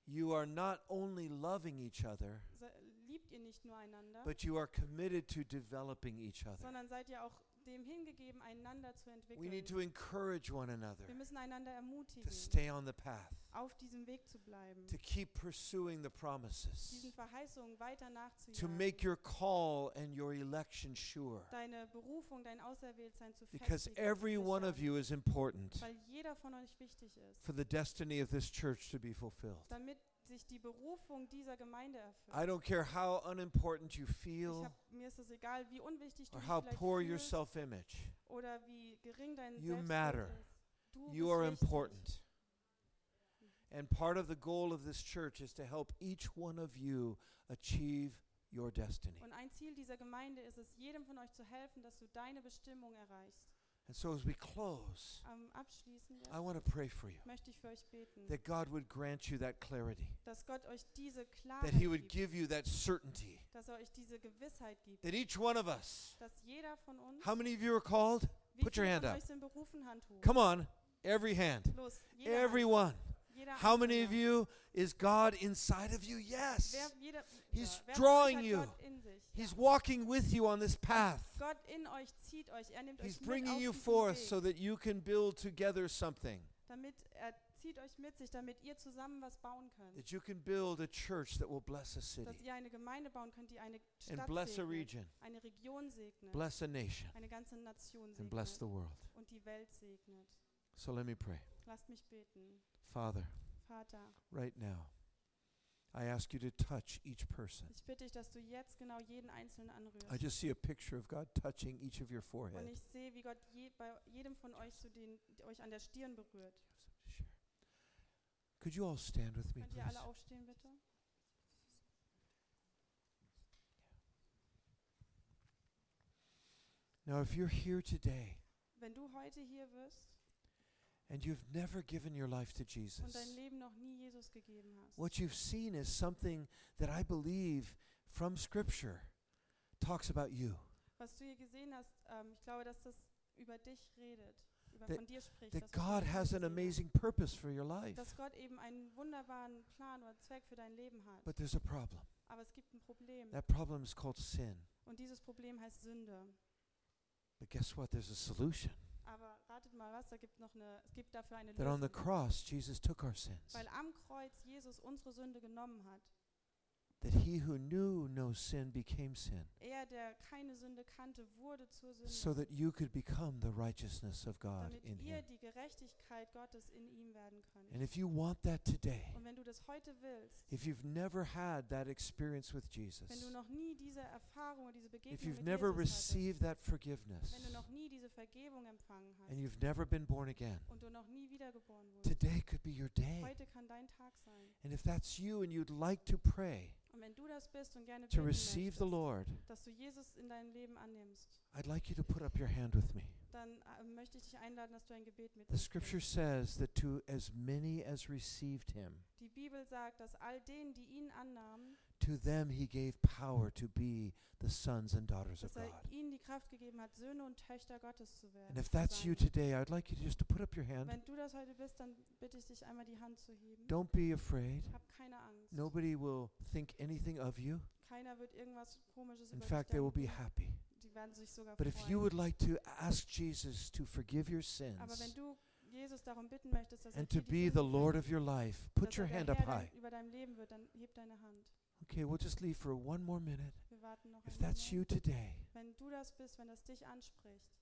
S1: you are not only loving each other,
S2: se- liebt ihr nicht nur einander,
S1: but you are committed to developing each other.
S2: sondern seid ihr auch dem hingegeben, einander zu
S1: We need
S2: entwickeln.
S1: to encourage one another
S2: Wir müssen einander
S1: to
S2: ermutigen,
S1: stay on the path,
S2: auf diesem Weg zu bleiben,
S1: to keep pursuing the
S2: diesen
S1: promises,
S2: Verheißungen weiter
S1: to
S2: nachzujagen,
S1: make your call and your election sure.
S2: deine Berufung, dein Auserwähltsein zu
S1: Because
S2: festigen,
S1: every
S2: zu
S1: one of
S2: sichern,
S1: you is important
S2: weil jeder von euch wichtig ist,
S1: for the destiny of this church to be fulfilled.
S2: damit sich die Berufung dieser Gemeinde erfüllt.
S1: I don't care how unimportant you
S2: Ich
S1: feel
S2: hab, mir ist es egal, wie unwichtig du
S1: or
S2: dich
S1: how
S2: vielleicht
S1: poor your
S2: fühlst
S1: self image,
S2: oder wie gering dein
S1: You
S2: Selbstbild
S1: matter.
S2: ist. Du
S1: you
S2: bist
S1: are
S2: wichtig.
S1: important. And part of the goal of this church is to help each one of you achieve your destiny.
S2: Und ein Ziel dieser Gemeinde ist es, jedem von euch zu helfen, dass du deine Bestimmung erreichst.
S1: And so as we close,
S2: Am Abschließen jetzt
S1: I want to pray for you
S2: möchte ich für euch beten,
S1: Um, that God would grant you that clarity,
S2: dass Gott euch diese Klarheit
S1: that He would
S2: gibt,
S1: give you that certainty,
S2: dass er euch diese Gewissheit gibt,
S1: that each one of us,
S2: dass jeder von uns,
S1: how many of you are called?
S2: wie
S1: put your
S2: viele
S1: hand
S2: von
S1: up.
S2: euch sind berufen, Hand hoch.
S1: Come on, every hand,
S2: Los, jeder,
S1: everyone.
S2: jeder
S1: How many of
S2: Einzelne.
S1: you is God inside of you? Yes.
S2: Wer, jeder,
S1: He's
S2: ja, wer
S1: drawing
S2: hat
S1: you.
S2: Gott in sich?
S1: He's walking with you on this path.
S2: Gott in euch zieht euch, er nimmt
S1: He's
S2: euch mit auf
S1: bringing you
S2: diesen
S1: forth
S2: Weg,
S1: so that you can build together something,
S2: damit er zieht euch mit sich, damit ihr zusammen was bauen könnt,
S1: that you can build a church that will bless a
S2: dass
S1: city
S2: ihr eine Gemeinde bauen könnt, die eine
S1: and
S2: Stadt
S1: bless a
S2: segnet,
S1: region,
S2: eine Region segnet,
S1: bless a nation,
S2: eine ganze Nation
S1: and bless
S2: segnet
S1: the world.
S2: und die Welt segnet.
S1: So let me pray.
S2: Lasst mich beten,
S1: Father,
S2: Vater,
S1: right now, I ask you to touch each person.
S2: ich bitte dich, dass du jetzt genau jeden einzelnen anrührst.
S1: I just see a picture of God touching each of your
S2: und
S1: forehead.
S2: ich sehe, wie Gott je, bei jedem von euch so den euch an der Stirn berührt.
S1: Could you all stand with me,
S2: Könnt ihr
S1: please?
S2: alle aufstehen, bitte?
S1: Now, if you're here today
S2: Wenn du heute hier bist
S1: and you've never given your life to Jesus,
S2: und dein Leben noch nie Jesus gegeben hast,
S1: what you've seen is something that I believe from Scripture talks about you.
S2: was du hier gesehen hast, ähm, ich glaube, dass das über dich redet, über
S1: That-
S2: von dir spricht.
S1: That
S2: das, was du
S1: God
S2: hier
S1: has an
S2: gesehen hast.
S1: amazing purpose for your life.
S2: Dass Gott eben einen wunderbaren Plan oder Zweck für dein Leben hat.
S1: But there's a problem.
S2: Aber es gibt ein Problem.
S1: That problem is called sin.
S2: Und dieses Problem heißt Sünde.
S1: But guess what? There's a solution.
S2: Aber ratet mal was, da gibt noch eine, es gibt dafür eine
S1: That on the
S2: Lösung.
S1: cross, Jesus took our sins.
S2: Weil am Kreuz Jesus unsere Sünde genommen hat.
S1: That he who knew no sin became sin,
S2: Er, der keine Sünde kannte, wurde zur Sünde.
S1: so that you could become the righteousness of God
S2: damit
S1: in
S2: ihr
S1: him.
S2: die Gerechtigkeit Gottes in ihm werden könnt.
S1: And if you want that today,
S2: Und wenn du das heute willst,
S1: if you've never had that experience with
S2: wenn
S1: Jesus,
S2: du noch nie diese Erfahrung oder diese Begegnung
S1: if you've
S2: mit
S1: never
S2: Jesus hattest,
S1: received that forgiveness,
S2: wenn du noch nie diese Vergebung empfangen hast
S1: and you've never been born again,
S2: und du noch nie wiedergeboren wurdest,
S1: today could be your day.
S2: heute kann dein Tag sein.
S1: And if that's you and you'd like to pray
S2: Und wenn du das bist und gerne
S1: to
S2: beten
S1: receive the
S2: möchtest,
S1: Lord,
S2: dass du Jesus in deinem Leben annimmst,
S1: I'd like you to put up your hand with me.
S2: dann äh, möchte ich dich einladen, dass du ein Gebet mit
S1: The
S2: uns
S1: scripture
S2: bringst.
S1: says that to as many as received him,
S2: Die Bibel sagt, dass all denen, die ihn annahmen,
S1: to them he gave power to be the sons and daughters of
S2: dass
S1: God.
S2: er ihnen die Kraft gegeben hat, Söhne und Töchter Gottes zu werden.
S1: And if
S2: zu
S1: that's you
S2: sein.
S1: today, I'd like you to just to put up your hand.
S2: wenn du das heute bist, dann bitte ich dich einmal die Hand zu heben.
S1: Don't be afraid.
S2: Hab keine Angst.
S1: Nobody will think anything of you.
S2: Keiner wird irgendwas Komisches
S1: In
S2: über
S1: fact,
S2: dich
S1: they will
S2: denken.
S1: be happy.
S2: Die werden sich sogar
S1: But if
S2: freuen.
S1: you would like to ask Jesus to forgive your
S2: Aber wenn
S1: sins
S2: du Jesus darum bitten möchtest, dass er
S1: and
S2: dir
S1: to
S2: die
S1: be the
S2: Sünde
S1: Lord
S2: vergibt,
S1: of your life,
S2: dass
S1: put your
S2: er der
S1: hand up
S2: Herr dein-
S1: high.
S2: über deinem Leben wird, dann heb deine Hand.
S1: Okay, we'll just leave for one more minute.
S2: Wir warten noch
S1: If
S2: einen
S1: that's you
S2: Moment.
S1: today,
S2: Wenn du das bist, wenn das dich anspricht,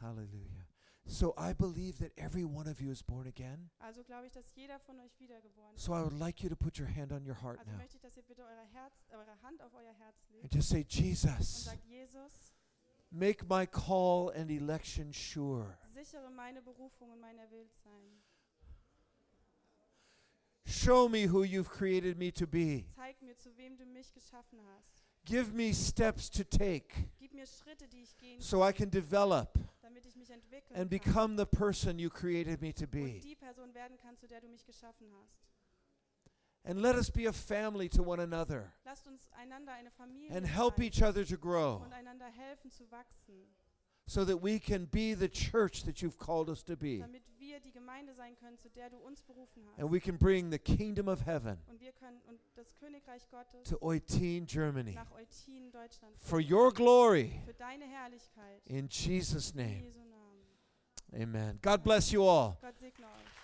S1: hallelujah. So I believe that every one of you is born again.
S2: also glaube ich, dass jeder von euch wiedergeboren ist.
S1: So I would like you to put your hand on your heart
S2: Also
S1: now
S2: möchte ich, dass ihr bitte eure, Herz, eure Hand auf euer Herz
S1: and
S2: legt
S1: just say,
S2: und
S1: Jesus,
S2: sagt, Jesus,
S1: make my call and election sure.
S2: sichere meine Berufung und mein Erwähltsein.
S1: Show me who you've created me to be.
S2: Zeig mir, zu wem du mich geschaffen hast.
S1: Give me steps to take
S2: Gib mir Schritte, die ich gehen
S1: so I can develop
S2: kann, damit ich mich entwickeln
S1: and
S2: kann
S1: become the person you created me to
S2: und
S1: be.
S2: die Person werden kann, zu der du mich geschaffen hast.
S1: And let us be a family to one another
S2: Lasst uns einander eine Familie
S1: and help
S2: sein
S1: each other to grow
S2: und einander helfen zu wachsen,
S1: so that we can be the church that you've called us to be.
S2: damit wir die Gemeinde sein können, zu der du uns berufen hast.
S1: And we can bring the kingdom of heaven
S2: Und wir können und das Königreich Gottes
S1: to Eutin, Germany
S2: nach Eutin, Deutschland,
S1: for your glory
S2: für deine Herrlichkeit.
S1: in Jesus'
S2: In
S1: name.
S2: Jesu Namen.
S1: Amen. God bless you all.
S2: Gott segne euch.